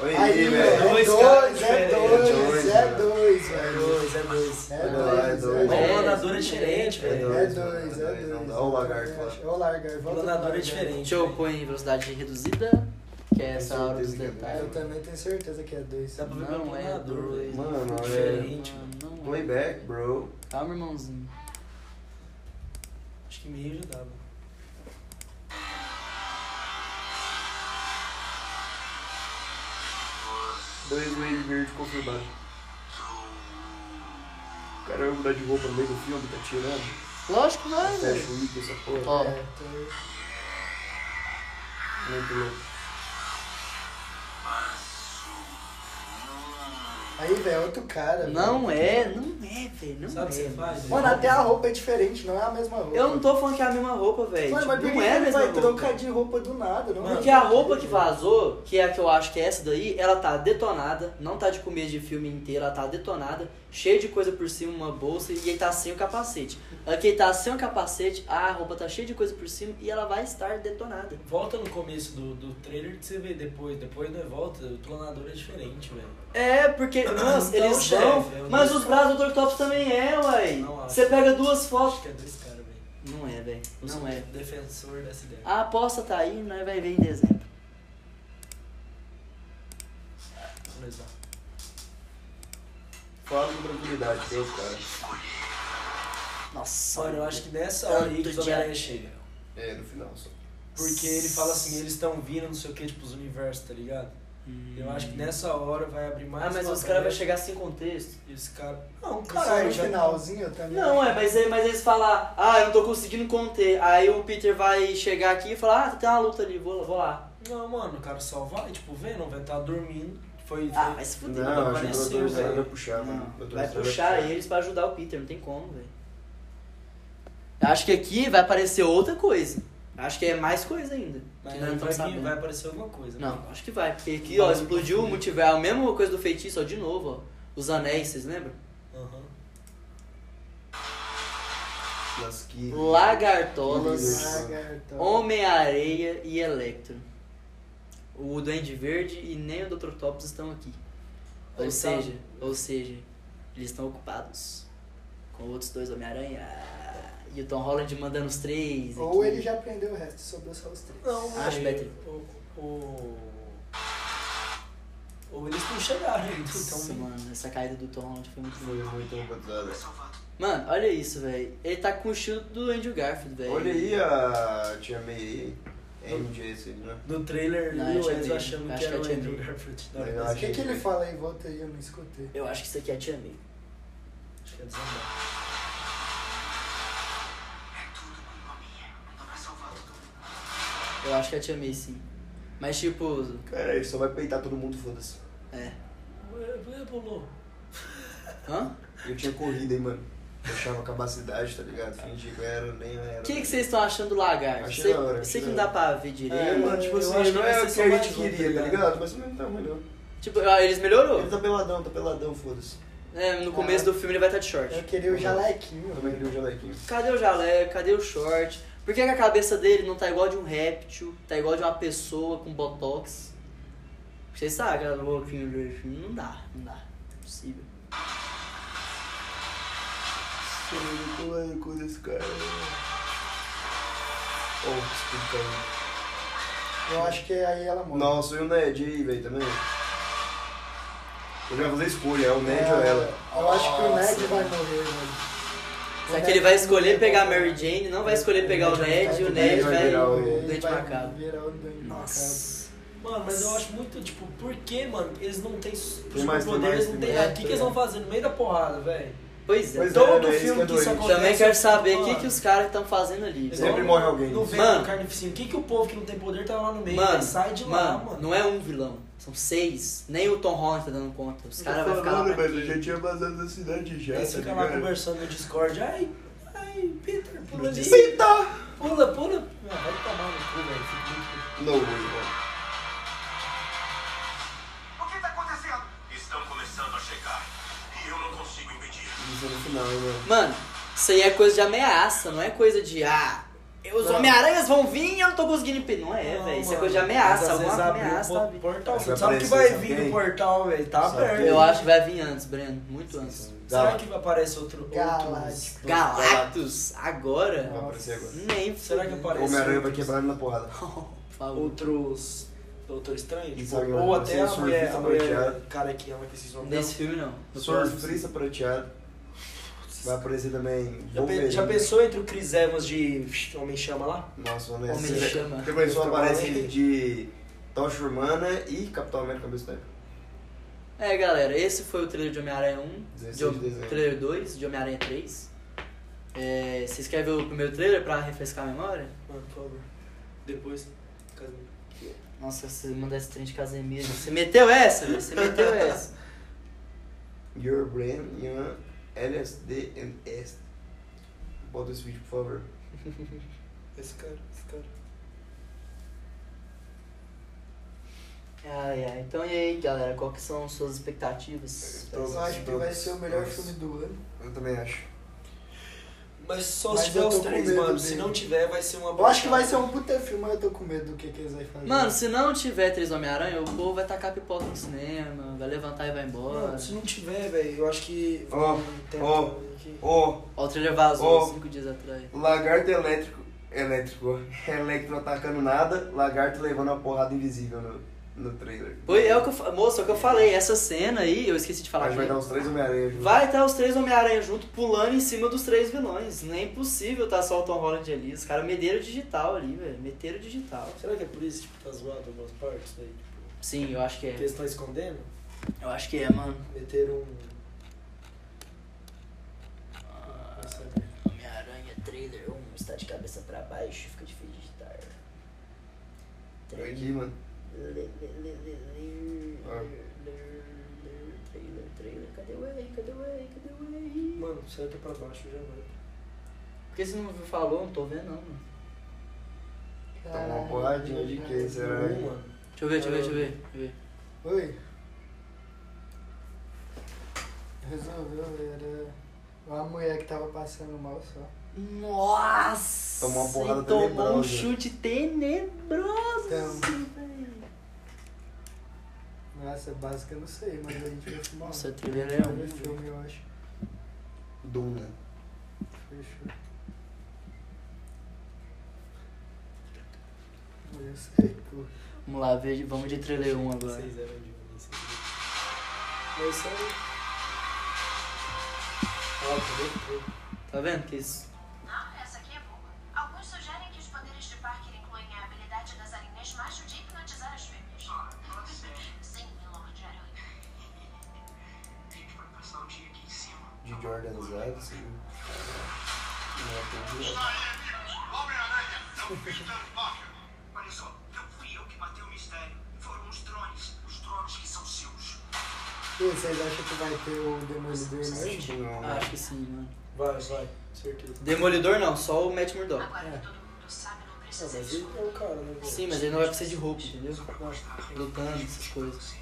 Speaker 1: Olha aí,
Speaker 3: Aí, velho,
Speaker 1: velho.
Speaker 3: é
Speaker 5: Dois
Speaker 3: dois, é
Speaker 5: caras
Speaker 3: dois,
Speaker 1: diferentes,
Speaker 3: é
Speaker 1: né?
Speaker 3: dois,
Speaker 5: É
Speaker 3: velho.
Speaker 5: dois, é dois.
Speaker 3: É
Speaker 1: Vai
Speaker 3: dois,
Speaker 1: lá, é
Speaker 3: é
Speaker 1: dois.
Speaker 3: dois.
Speaker 5: Mas
Speaker 2: É,
Speaker 5: o andador é diferente,
Speaker 1: é
Speaker 5: velho.
Speaker 3: É dois, é dois.
Speaker 1: Não dá o lagarto lá.
Speaker 3: Olha o lagarto.
Speaker 5: O andador é diferente.
Speaker 2: Deixa eu pôr em velocidade reduzida. que é essa
Speaker 1: Tenho
Speaker 2: aura dos
Speaker 1: certeza que é
Speaker 2: detalhes.
Speaker 3: Eu também tenho certeza que é dois.
Speaker 5: Dá pra ver pelo
Speaker 2: Não é
Speaker 5: planador,
Speaker 2: dois.
Speaker 5: velho.
Speaker 1: Mano,
Speaker 5: Fica
Speaker 1: é-
Speaker 5: diferente, mano.
Speaker 2: Não, não é.
Speaker 1: Playback, bro.
Speaker 2: Calma, irmãozinho.
Speaker 5: Acho que meio já dá, mano.
Speaker 1: Dois Wade verde confirmado. O cara vai mudar de roupa no meio do filme, tá tirando.
Speaker 2: Lógico que
Speaker 3: Tá
Speaker 2: vai, velho.
Speaker 1: Fecha o Wiki, essa porra.
Speaker 2: Ó.
Speaker 3: É, tô-
Speaker 1: Muito louco.
Speaker 3: Aí, velho, é outro cara. velho.
Speaker 2: Não é, não é, velho. Não
Speaker 5: Sabe o que
Speaker 2: é.
Speaker 5: você
Speaker 2: mano.
Speaker 5: faz? né?
Speaker 3: Mano, até a roupa é diferente, não é a mesma roupa.
Speaker 2: Eu não tô falando que é a mesma roupa, velho.
Speaker 3: Mano,
Speaker 2: Tipo,
Speaker 3: mas por que
Speaker 2: não
Speaker 3: que
Speaker 2: é a
Speaker 3: ele
Speaker 2: mesma
Speaker 3: vai
Speaker 2: roupa.
Speaker 3: trocar de roupa do nada? Não é?
Speaker 2: Porque a roupa que vazou, que é a que eu acho que é essa daí, ela tá detonada, não tá de começo de filme inteiro, ela tá detonada, cheia de coisa por cima, uma bolsa, e ele tá sem o capacete. Aqui ele tá sem o capacete, a roupa tá cheia de coisa por cima e ela vai estar detonada.
Speaker 5: Volta no começo do, do trailer que você vê depois. Depois não é volta, o planador é diferente, velho.
Speaker 2: É, porque, nossa,
Speaker 5: Então,
Speaker 2: eles
Speaker 5: chefe,
Speaker 2: vão.
Speaker 5: eu
Speaker 2: Mas
Speaker 5: não-
Speaker 2: os braços do Dr. Octopus também é, uai.
Speaker 5: Não acho.
Speaker 2: Você pega duas
Speaker 5: Acho
Speaker 2: fotos.
Speaker 5: que é dois caras, velho.
Speaker 2: Não é, velho. Não
Speaker 5: Eu sou
Speaker 2: é.
Speaker 5: defensor dessa ideia.
Speaker 2: A aposta tá aí, nós vai ver em dezembro.
Speaker 3: Ah.
Speaker 5: Vamos lá.
Speaker 1: Fala com tranquilidade, Deus, cara.
Speaker 2: Nossa,
Speaker 5: Olha, eu acho que nessa hora aí que os
Speaker 2: Tanto
Speaker 5: Homem-Aranha
Speaker 2: de-
Speaker 5: chega.
Speaker 1: É, no final só.
Speaker 5: Porque ele fala assim, eles estão vindo, não sei o que, tipo, os universos, tá ligado? Eu acho que nessa hora vai abrir mais
Speaker 2: Hum. Ah, mas
Speaker 5: uma
Speaker 2: os caras vão
Speaker 5: brecha.
Speaker 2: chegar sem contexto.
Speaker 5: E os caras... Não,
Speaker 3: Caralho,
Speaker 5: caralho,
Speaker 3: no
Speaker 5: já...
Speaker 3: finalzinho tá eu também.
Speaker 2: Não, é, mas, é- mas eles falam, ah, eu não tô conseguindo conter. Aí o Peter vai chegar aqui e falar, ah, tem uma luta ali, vou, lá- vou lá.
Speaker 5: Não, mano, o cara só vai, tipo, Venom vai estar dormindo. Foi...
Speaker 2: Ah,
Speaker 5: foi-
Speaker 2: vai se fuder.
Speaker 1: Não, acho que o
Speaker 5: apareceu,
Speaker 1: Doutor Estranho
Speaker 5: velho.
Speaker 1: vai puxar, mano.
Speaker 2: Não,
Speaker 1: Doutor
Speaker 2: vai
Speaker 1: Estranho
Speaker 2: puxar eles pra ajudar o Peter, não tem como, velho. Eu Acho que aqui vai aparecer outra coisa. Acho que é mais coisa ainda.
Speaker 5: Mas
Speaker 2: que nós não
Speaker 5: vai,
Speaker 2: estamos
Speaker 5: vir- vai
Speaker 2: sabendo.
Speaker 5: aparecer alguma coisa. né?
Speaker 2: Não, acho que vai, porque aqui, ó, explodiu o multiverso, a mesma coisa do feitiço, ó, de novo, ó. Os anéis, vocês lembram?
Speaker 5: Aham.
Speaker 1: Lasquinha.
Speaker 2: Lagartolas.
Speaker 3: Lagartão.
Speaker 2: Homem-Areia e Electro. O Duende Verde e nem o Dr. Octopus estão aqui. Ou
Speaker 5: Aí tá.
Speaker 2: seja, ou seja, eles estão ocupados com outros dois Homem-Aranha. E o Tom Holland mandando os três.
Speaker 3: Ou
Speaker 2: aqui.
Speaker 3: ele já aprendeu o resto, sobrou só os três.
Speaker 5: Não, mas
Speaker 2: Acho better.
Speaker 5: Ou, ou... ou eles não chegaram ainda, então...
Speaker 2: Nossa, mano, essa caída do Tom Holland foi muito boa.
Speaker 1: Foi muito
Speaker 4: é
Speaker 1: romantizada.
Speaker 2: Mano, olha isso, velho. Ele tá com o estilo do Andrew Garfield, velho.
Speaker 1: Olha aí a Tia May aí. MJ, assim, né?
Speaker 5: No trailer,
Speaker 2: Não,
Speaker 5: não,
Speaker 2: eu tinha
Speaker 5: eles
Speaker 2: medo.
Speaker 5: achando
Speaker 2: Acho que
Speaker 5: que era
Speaker 2: eu
Speaker 5: o
Speaker 2: tinha
Speaker 5: Andrew
Speaker 2: medo.
Speaker 5: Garfield. Não,
Speaker 1: Legal.
Speaker 3: O que, que ele fala aí? Volta aí, eu não escutei.
Speaker 2: Eu acho que isso aqui é a Tia May.
Speaker 5: acho que é desandar.
Speaker 4: É
Speaker 2: Eu acho que é a Tia May, sim. Mas tipo,
Speaker 1: Cara, ele só vai peitar todo mundo, foda-se.
Speaker 2: é.
Speaker 5: Ué, ué, pulou.
Speaker 2: Hã?
Speaker 1: Eu tinha corrida, hein, mano. Eu achava capacidade, tá ligado? Fingi que eu era, nem era.
Speaker 2: O que que vocês estão achando do lagarto?
Speaker 1: Achei
Speaker 2: Sei,
Speaker 1: da hora, achei
Speaker 2: sei que não
Speaker 1: da
Speaker 2: dá pra ver direito.
Speaker 1: É, mano, tipo
Speaker 5: Eu acho
Speaker 1: assim,
Speaker 5: que
Speaker 1: não
Speaker 5: vai
Speaker 1: é
Speaker 5: ser
Speaker 1: o que
Speaker 5: só
Speaker 1: a
Speaker 5: mais
Speaker 1: gente
Speaker 5: um, tá
Speaker 1: queria, tá
Speaker 5: ligado?
Speaker 1: ligado? Mas não tá melhor.
Speaker 2: Tipo, ah, eles melhorou.
Speaker 1: Ele tá peladão, tá peladão, foda-se.
Speaker 2: É,
Speaker 1: Ah.
Speaker 2: no começo do filme ele vai estar de short.
Speaker 1: É.
Speaker 3: Eu queria o jalequinho,
Speaker 1: Eu também
Speaker 3: velho.
Speaker 1: queria um jalequinho.
Speaker 2: Cadê o jalé? Cadê o short? Por que, que a cabeça dele não tá igual de um réptil? Tá igual de uma pessoa com botox? Vocês sabem, a boquinha do filme não dá, não dá. Não é possível.
Speaker 1: Caralho, coisa desse cara. Oh, desculpa.
Speaker 3: Eu acho que aí ela morre.
Speaker 1: Nossa, e o Ned aí, velho, também? Ele vai fazer escolha, é o Ned ou ela?
Speaker 3: Eu acho que o Ned
Speaker 5: Nossa.
Speaker 3: vai morrer, velho.
Speaker 2: Será que ele vai escolher pegar a
Speaker 3: né?
Speaker 2: Mary Jane? Não vai escolher pegar o Ned e o Ned vai.
Speaker 1: virar o-
Speaker 3: Ele
Speaker 2: Dente
Speaker 3: vai
Speaker 2: Macabro.
Speaker 3: virar o Dente Macabro.
Speaker 2: Nossa.
Speaker 5: Mano, mas eu acho muito, tipo, por que, mano? Eles não têm
Speaker 1: mais, tem
Speaker 5: superpoderes,
Speaker 1: mais,
Speaker 5: não
Speaker 1: tem
Speaker 5: tem.
Speaker 1: mais.
Speaker 5: O que, que eles vão fazer no meio da porrada, velho?
Speaker 2: Pois é.
Speaker 1: Pois
Speaker 2: Então,
Speaker 1: é,
Speaker 5: Todo
Speaker 1: velho, isso
Speaker 5: filme
Speaker 1: é
Speaker 5: que isso
Speaker 1: doido.
Speaker 5: acontece.
Speaker 2: também quero saber o
Speaker 5: mano,
Speaker 2: que, que os caras estão fazendo ali. velho.
Speaker 1: Sempre morre alguém.
Speaker 5: No Venom,
Speaker 2: Mano.
Speaker 5: mano. Carnificina. O que, que o povo que não tem poder tá lá no meio?
Speaker 2: Mano,
Speaker 5: sai de lá,
Speaker 2: mano,
Speaker 5: mano.
Speaker 2: não é um vilão. São seis. Nem o Tom Holland tá dando conta. Os caras vão
Speaker 1: Tô
Speaker 2: ficar lá.
Speaker 1: falando,
Speaker 2: pra
Speaker 1: velho,
Speaker 2: quê?
Speaker 1: eu já tinha vazado da cidade já,
Speaker 5: Aí você
Speaker 1: tá
Speaker 5: fica lá
Speaker 1: ligado?
Speaker 5: conversando no Discord. Ai, ai, Peter, pula ali.
Speaker 1: Eita!
Speaker 5: Pula, pula. Ah, vai tomar no cu, velho. Fica muito-
Speaker 1: Não, mano.
Speaker 4: O que tá acontecendo? Estão começando a chegar. E eu não consigo impedir.
Speaker 1: Isso é no final, hein, mano.
Speaker 2: Mano, isso aí é coisa de ameaça, não é coisa de ah, os
Speaker 5: Não.
Speaker 2: Homem-Aranhas vão vir e eu não tô conseguindo impedir. Não é,
Speaker 5: Não,
Speaker 2: velho. Isso é
Speaker 5: mano,
Speaker 2: coisa de
Speaker 5: mas às
Speaker 2: ameaça.
Speaker 5: vezes um
Speaker 2: Alguma
Speaker 5: abre o
Speaker 2: ameaça tá vindo.
Speaker 5: portal.
Speaker 1: Mas
Speaker 5: Você
Speaker 1: vai
Speaker 5: sabe que vai
Speaker 1: aparecer
Speaker 5: vir
Speaker 1: alguém.
Speaker 5: no portal, velho. Tá
Speaker 1: Sabe
Speaker 5: aberto.
Speaker 2: Eu acho que vai vir antes, Breno. Muito antes.
Speaker 5: Será
Speaker 1: Gal-
Speaker 5: que aparece outro. outros?
Speaker 3: Galáctico.
Speaker 2: Galactus, agora?
Speaker 1: Vai aparecer agora.
Speaker 2: Nem.
Speaker 5: Será que
Speaker 2: fudendo.
Speaker 5: aparece?
Speaker 1: O Homem-Aranha vai quebrar ele na porrada.
Speaker 2: Por favor.
Speaker 5: outros Doutor Estranho? Tipo,
Speaker 1: Sabe,
Speaker 5: ou
Speaker 1: assim,
Speaker 5: até a
Speaker 1: surfista
Speaker 5: mulher, a mulher
Speaker 1: prateado.
Speaker 5: cara que ama que se zoa.
Speaker 2: Nesse filme não.
Speaker 1: Sou frisa prateado. Vai aparecer também.
Speaker 5: Já, pe-
Speaker 1: Wolverine.
Speaker 5: já pensou entre o Chris Evans de Homem-Chama lá?
Speaker 1: Nossa,
Speaker 2: Homem
Speaker 1: Homem
Speaker 2: de Chama.
Speaker 1: Depois só
Speaker 5: Eu
Speaker 1: aparece
Speaker 5: trabalhei.
Speaker 1: de Tocha Humana e Capitão América Cabeça Branca.
Speaker 2: É, galera, esse foi o trailer de Homem-Aranha 1,
Speaker 1: 16
Speaker 2: de,
Speaker 1: de dezembro.
Speaker 2: trailer 2, de Homem-Aranha 3. É, vocês querem ver o primeiro trailer pra refrescar a memória?
Speaker 5: Mano, por favor. Depois. Cadê?
Speaker 2: Nossa, você mandar esse trem de Casemiro. Você meteu essa, velho? Você meteu essa.
Speaker 1: Your brain, young, LSD and S. Bota esse vídeo, por favor.
Speaker 5: Esse cara, esse cara.
Speaker 2: Ai, ai. Então e aí, galera, qual que são suas expectativas?
Speaker 1: Todos,
Speaker 3: Eu acho que vai
Speaker 1: todos,
Speaker 3: ser o melhor
Speaker 1: todos.
Speaker 3: filme do ano.
Speaker 1: Eu também acho.
Speaker 5: Mas só
Speaker 3: Mas
Speaker 5: se tiver
Speaker 3: eu tô
Speaker 5: os
Speaker 3: com
Speaker 5: três,
Speaker 3: medo
Speaker 5: mano.
Speaker 3: dele.
Speaker 5: Se não tiver, vai ser uma
Speaker 3: Eu acho que vai ser um puta filme, mas eu tô com medo do que, que eles vão fazer.
Speaker 2: Mano, se não tiver Três Homem-Aranha, o povo vai tacar pipoca no cinema, vai levantar e vai
Speaker 3: um
Speaker 2: embora.
Speaker 5: Mano, se não tiver, velho, eu acho que.
Speaker 1: Ó,
Speaker 5: tem
Speaker 1: ó.
Speaker 5: um que-
Speaker 1: Ó,
Speaker 2: Ó, o trailer vazou
Speaker 1: Ô.
Speaker 2: cinco dias atrás.
Speaker 1: lagarto elétrico. Elétrico. Electro atacando nada, lagarto levando a porrada invisível no, no trailer.
Speaker 2: Foi, é o que eu, fa- moço, é o que eu falei. Essa cena aí, eu esqueci de falar.
Speaker 1: Acho que vai
Speaker 2: aqui.
Speaker 1: dar um uns três Homem-Aranha junto.
Speaker 2: Vai estar os três Homem-Aranha junto pulando em cima dos três vilões. Não é impossível tá só o Tom Holland ali. Os caras meteram digital ali, velho. Meteram digital.
Speaker 5: Será que é por isso, tipo, tá zoado algumas partes,
Speaker 2: É.
Speaker 5: velho? Tipo,
Speaker 2: Sim, eu acho que
Speaker 5: que
Speaker 2: é.
Speaker 5: eles estão escondendo?
Speaker 2: Eu acho que é, mano.
Speaker 5: Meteram um.
Speaker 2: Ah,
Speaker 5: Não sei.
Speaker 2: Homem-Aranha trailer 1 está de cabeça pra baixo, fica difícil de digitar.
Speaker 1: Olha aqui, mano.
Speaker 2: Trailer, Ah. trailer, trailer. Cadê o Ei? Cadê o Ei? Cadê o Ei?
Speaker 5: Mano, será que é pra baixo já, mano?
Speaker 2: Por que você não falou? Não tô vendo, não, mano.
Speaker 1: Tomou uma porradinha de quem,
Speaker 3: é,
Speaker 1: será?
Speaker 5: Uma.
Speaker 2: Deixa eu ver, deixa eu ver, deixa eu ver. Deixa eu ver.
Speaker 3: Oi. Resolveu, era uma mulher que tava passando mal só.
Speaker 2: Nossa!
Speaker 1: Tomou uma porrada
Speaker 2: e tomou um
Speaker 1: tenebrosa. um-
Speaker 2: chute tenebroso,
Speaker 3: Então.
Speaker 2: velho.
Speaker 3: Nossa, é básica eu não sei, mas a gente vai filmar.
Speaker 2: Nossa, o
Speaker 3: um
Speaker 2: trailer é um.
Speaker 3: primeiro filme, eu acho.
Speaker 1: Duna.
Speaker 3: Fechou. Eu sei, pô.
Speaker 2: Vamos lá, veja, vamos de trailer 1 agora.
Speaker 5: Vocês eram de mim, vocês eram.
Speaker 3: É
Speaker 5: Mas isso aí. Ó, cadê?
Speaker 2: Tá vendo que isso?
Speaker 6: Não, essa aqui é boa. Alguns sugerem que os poderes de Parker incluem a habilidade das aranhas macho de hipnotizar as fêmeas. tá Sim, Lorde Aranha.
Speaker 4: Vai passar o dia aqui em cima.
Speaker 1: De Jordan assim, Zed, sim.
Speaker 4: Homem-Aranha, não Peter Parker. Olha só, não fui eu que matei o mistério. Foram os drones. Os drones que são seus.
Speaker 3: E vocês acham que vai ter o Demolidor mesmo?
Speaker 1: Não, é um
Speaker 2: Ah, acho que sim, mano.
Speaker 5: Vai, vai, certeza.
Speaker 2: Demolidor não, só o Matt Murdock.
Speaker 6: Agora que todo mundo sabe, não
Speaker 5: Ah,
Speaker 6: precisa
Speaker 5: mas
Speaker 6: de
Speaker 5: ele é o cara, né? velho?
Speaker 2: Sim, mas ele não vai precisar de roupa, entendeu?
Speaker 5: Não,
Speaker 2: Lutando, essas coisas.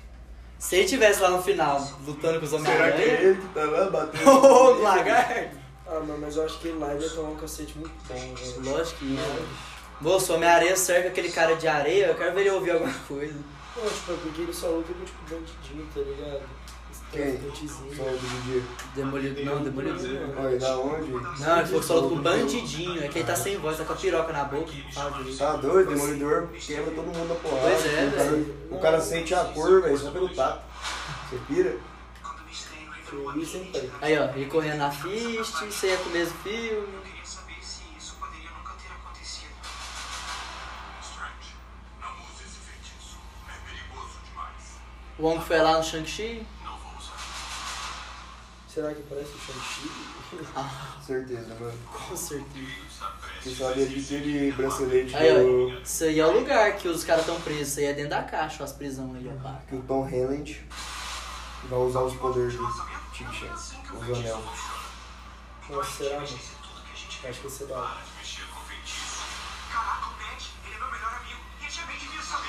Speaker 2: Se ele tivesse lá no final, lutando com os
Speaker 1: Será que é
Speaker 2: Homem-Aranha...
Speaker 1: ele que tá lá batendo?
Speaker 2: Ô, lagarto!
Speaker 5: Ah, mano, mas eu acho que ele lá ele vai tomar um cacete muito bom, velho.
Speaker 2: Lógico que não. Moço, Homem-Aranha cerca aquele cara de areia, eu quero ver ele ouvir alguma coisa.
Speaker 5: Não, tipo, é porque ele só luta com, tipo, bandidinho, tá ligado?
Speaker 1: Quem?
Speaker 5: Traficantezinho.
Speaker 1: Só o do dia.
Speaker 2: Demolido, não, demolido.
Speaker 1: Olha, da onde?
Speaker 2: Não, ele falou que só luta com bandidinho, é que ele tá sem voz, tá com a piroca na boca. Fala direito.
Speaker 1: Tá doido, demolidor quebra todo mundo na porrada.
Speaker 2: Pois é,
Speaker 1: o, cara,
Speaker 5: velho.
Speaker 1: o cara sente a cor, velho, só pelo tato. Você pira?
Speaker 4: Quando o mistério revelou a
Speaker 5: Isso é
Speaker 4: identidade,
Speaker 5: importante.
Speaker 2: Aí, ó, ele correndo na fist, isso aí é com o mesmo
Speaker 4: eu
Speaker 2: filme.
Speaker 4: queria saber se isso poderia nunca ter acontecido. Strange, não use esse feitiço. É perigoso demais.
Speaker 2: O homem foi lá no Shang-Chi.
Speaker 4: Não vou usar.
Speaker 5: Será que parece o Shang-Chi?
Speaker 1: Certeza, mano.
Speaker 2: Com certeza.
Speaker 1: Você sabe ali de bracelete
Speaker 2: Aí,
Speaker 1: do,
Speaker 2: ó, isso aí é o lugar que os caras estão presos, isso aí é dentro da caixa, ó, as prisão aí, ó. pá.
Speaker 1: que o Tom Holland vai usar os poderes do Tim
Speaker 4: é
Speaker 1: Chance,
Speaker 4: assim
Speaker 1: o anel.
Speaker 5: Nossa, será, mano? Acho que esse é da hora.
Speaker 4: Caraca, o Matt, ele é meu melhor amigo. E ele também devia saber.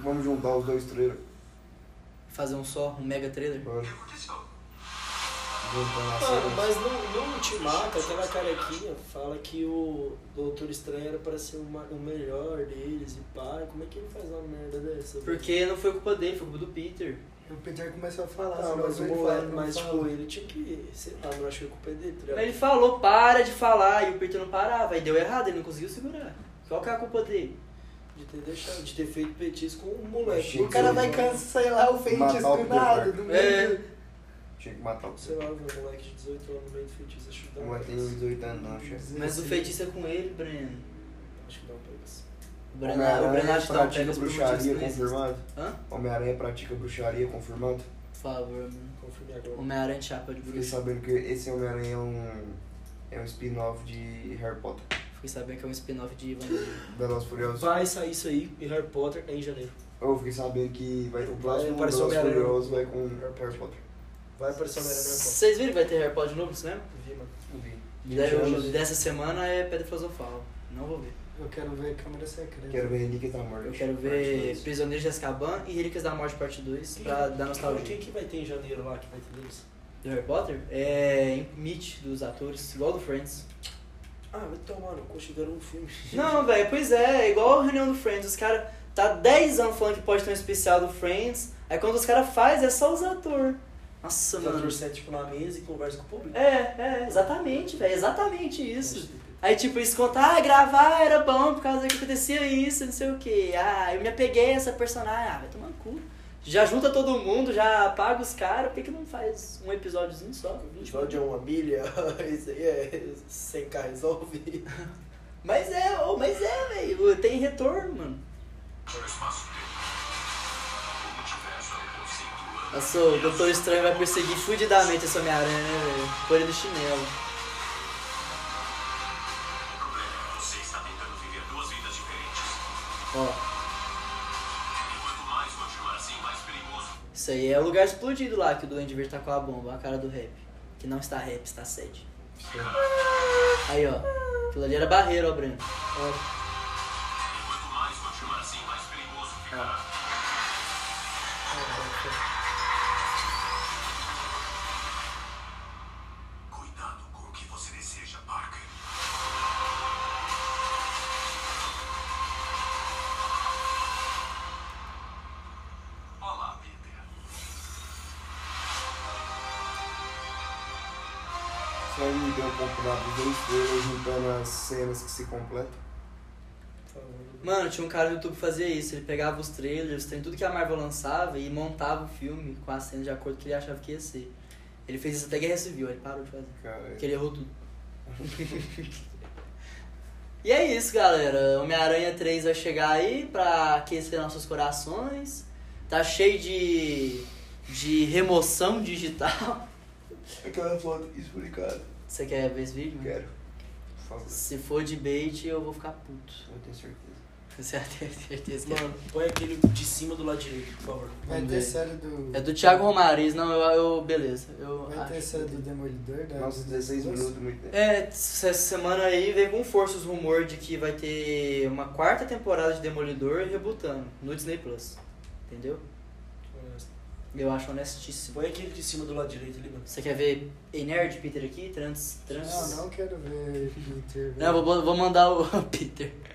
Speaker 1: Vamos juntar os dois trailers.
Speaker 2: Fazer um só, um mega trailer.
Speaker 1: Bora.
Speaker 4: O que aconteceu?
Speaker 1: Juntar as
Speaker 2: Ah,
Speaker 1: cenas.
Speaker 5: Mano, Ah, mas no, no Ultimato, aquela carequinha fala que o Doutor Estranho era pra ser o, ma- o melhor deles e pá. Como é que ele faz uma merda dessa? velho?
Speaker 2: Porque não foi culpa dele, foi culpa do Peter.
Speaker 3: O Peter começou a falar.
Speaker 5: Não,
Speaker 3: senão
Speaker 5: mas o
Speaker 3: ele
Speaker 5: moleque,
Speaker 3: fala,
Speaker 5: mas
Speaker 3: não
Speaker 5: tipo,
Speaker 3: fala.
Speaker 5: ele tinha que, sei lá, não acho que é culpa dele, tá ligado?
Speaker 2: Ele falou, para de falar, e o Peter não parava, e deu errado, ele não conseguiu segurar. Qual que é a culpa dele?
Speaker 5: De ter deixado, de ter feito petisco com o moleque.
Speaker 1: Achei
Speaker 3: O cara vai cancelar o
Speaker 1: Matar
Speaker 3: feitiço
Speaker 1: o
Speaker 3: do nada.
Speaker 1: Peter
Speaker 3: Do
Speaker 2: É.
Speaker 3: meio.
Speaker 1: Tinha que matar o
Speaker 5: Sei
Speaker 1: Peter.
Speaker 5: lá, velho, um moleque de 18 anos no meio do feitiço é
Speaker 3: Um
Speaker 5: chutar.
Speaker 1: O moleque tem uns 18 anos, não, chefe.
Speaker 2: Mas o feitiço é com ele, Breno.
Speaker 5: Acho que dá um pouco assim.
Speaker 2: O Breno, o Breno
Speaker 1: Homem-Aranha
Speaker 2: acha que dá um
Speaker 1: pratica
Speaker 2: pega por
Speaker 1: bruxaria
Speaker 2: motivos que não existem.
Speaker 1: confirmado?
Speaker 2: Hã?
Speaker 1: Homem-Aranha pratica bruxaria confirmado?
Speaker 2: Por favor, mano.
Speaker 5: Confirme agora.
Speaker 2: Homem-Aranha de chapa de
Speaker 1: Fiquei
Speaker 2: bruxa.
Speaker 1: sabendo que esse Homem-Aranha é um, é um spin-off de Harry Potter.
Speaker 2: Fiquei sabendo que é um spin-off de Ivan.
Speaker 1: Velozes e Furiosos.
Speaker 5: Vai sair isso aí em Harry Potter em janeiro.
Speaker 1: Eu fiquei sabendo que vai, o
Speaker 5: Vai
Speaker 1: próximo Velozes
Speaker 5: aparecer
Speaker 1: e
Speaker 5: Homem-Aranha.
Speaker 1: Furiosos vai com Harry Potter.
Speaker 5: Vai aparecer o
Speaker 1: é
Speaker 5: Homem-Aranha no Harry
Speaker 2: Vocês viram que vai ter Harry Potter de novo no cinema?
Speaker 5: Potter. Vi, mano.
Speaker 2: Deve-
Speaker 1: anos.
Speaker 2: Dessa semana é Pedra Filosofal. Não vou ver. né?
Speaker 3: Eu quero ver Câmera Secreta.
Speaker 1: Quero ver Relíquia da Morte.
Speaker 2: Eu quero
Speaker 1: Parte
Speaker 2: ver
Speaker 1: dois.
Speaker 2: Prisioneiros de Azkaban e Relíquias da Morte Parte 2 pra dar
Speaker 5: O
Speaker 2: nostalgia.
Speaker 5: que, que vai ter em janeiro lá que vai ter deles?
Speaker 2: Do Harry Potter? É. em Meet dos atores, igual do Friends.
Speaker 5: Ah, vai tomar, eu considero um filme.
Speaker 2: Não, velho, pois é, é igual a reunião do Friends. Os caras tá 10 anos falando que pode ter um especial do Friends. Aí quando os caras fazem, é só os atores. Nossa,
Speaker 5: Os
Speaker 2: mano.
Speaker 5: atores sentam tipo, na mesa e conversam com o público.
Speaker 2: É, é, exatamente, velho, exatamente isso. Aí, tipo, eles contam, ah, gravar era bom por causa que acontecia isso, não sei o que. Ah, eu me apeguei a essa personagem. Ah, vai tomar no cu. Já junta todo mundo, já paga os caras, por que, que não faz um episódiozinho só? 20
Speaker 5: Episódio é uma milha, isso aí é 100k resolve.
Speaker 2: Mas é, ô, mas é, velho, tem retorno, mano. Nossa, o Doutor Estranho vai perseguir fudidamente essa Homem-Aranha, né, velho? Põe ele no chinelo.
Speaker 4: Você está tentando viver duas vidas diferentes.
Speaker 2: Ó,
Speaker 4: E quanto mais continuar assim, mais perigoso.
Speaker 2: isso aí é o lugar explodido lá que o Duende Verde tá com a bomba, a cara do rap. Que não está rap, está sede. Aí, ó. Aquilo ali era barreira, ó, Breno.
Speaker 4: E quanto mais continuar assim, mais perigoso ficará. Cuidado com o que você deseja, Parker. Olá, Peter.
Speaker 1: Só me deu um pouco da vida inteira juntando as cenas que se completam.
Speaker 2: Mano, tinha um cara no YouTube que fazia isso. Ele pegava os trailers, tem tudo que a Marvel lançava e montava o filme com a cena de acordo com o que ele achava que ia ser. Ele fez isso até Guerra Civil, ele parou de fazer.
Speaker 1: Cara, é
Speaker 2: Porque ele errou tudo. e é isso, galera. Homem-Aranha 3 vai chegar aí pra aquecer nossos corações. Tá cheio de, de remoção digital.
Speaker 1: aquela foto explicada.
Speaker 2: Você quer ver esse vídeo?
Speaker 1: Quero. Por favor.
Speaker 2: Se for de bait, eu vou ficar puto.
Speaker 1: Eu tenho certeza.
Speaker 2: Você tem certeza que é.
Speaker 5: Mano, põe aquele de cima do lado direito, por favor.
Speaker 3: Vai
Speaker 2: Vamos
Speaker 3: ter
Speaker 2: ver.
Speaker 3: série do.
Speaker 2: É do Thiago Romariz, não, eu, eu beleza. Eu
Speaker 3: Vai ter
Speaker 2: acho.
Speaker 3: série do Demolidor,
Speaker 5: É,
Speaker 3: né?
Speaker 1: Nossa, 16 minutos, muito tempo.
Speaker 2: É, essa semana aí veio com força os rumores de que vai ter uma quarta temporada de Demolidor rebutando no Disney Plus. Entendeu? Eu acho honestíssimo.
Speaker 5: Põe aquele de cima do lado direito ali, mano.
Speaker 2: Você quer ver Ei Nerd, Peter aqui? Trans. trans...
Speaker 3: Não, não quero ver Peter.
Speaker 2: Não,
Speaker 3: velho.
Speaker 2: vou, vou mandar o Peter.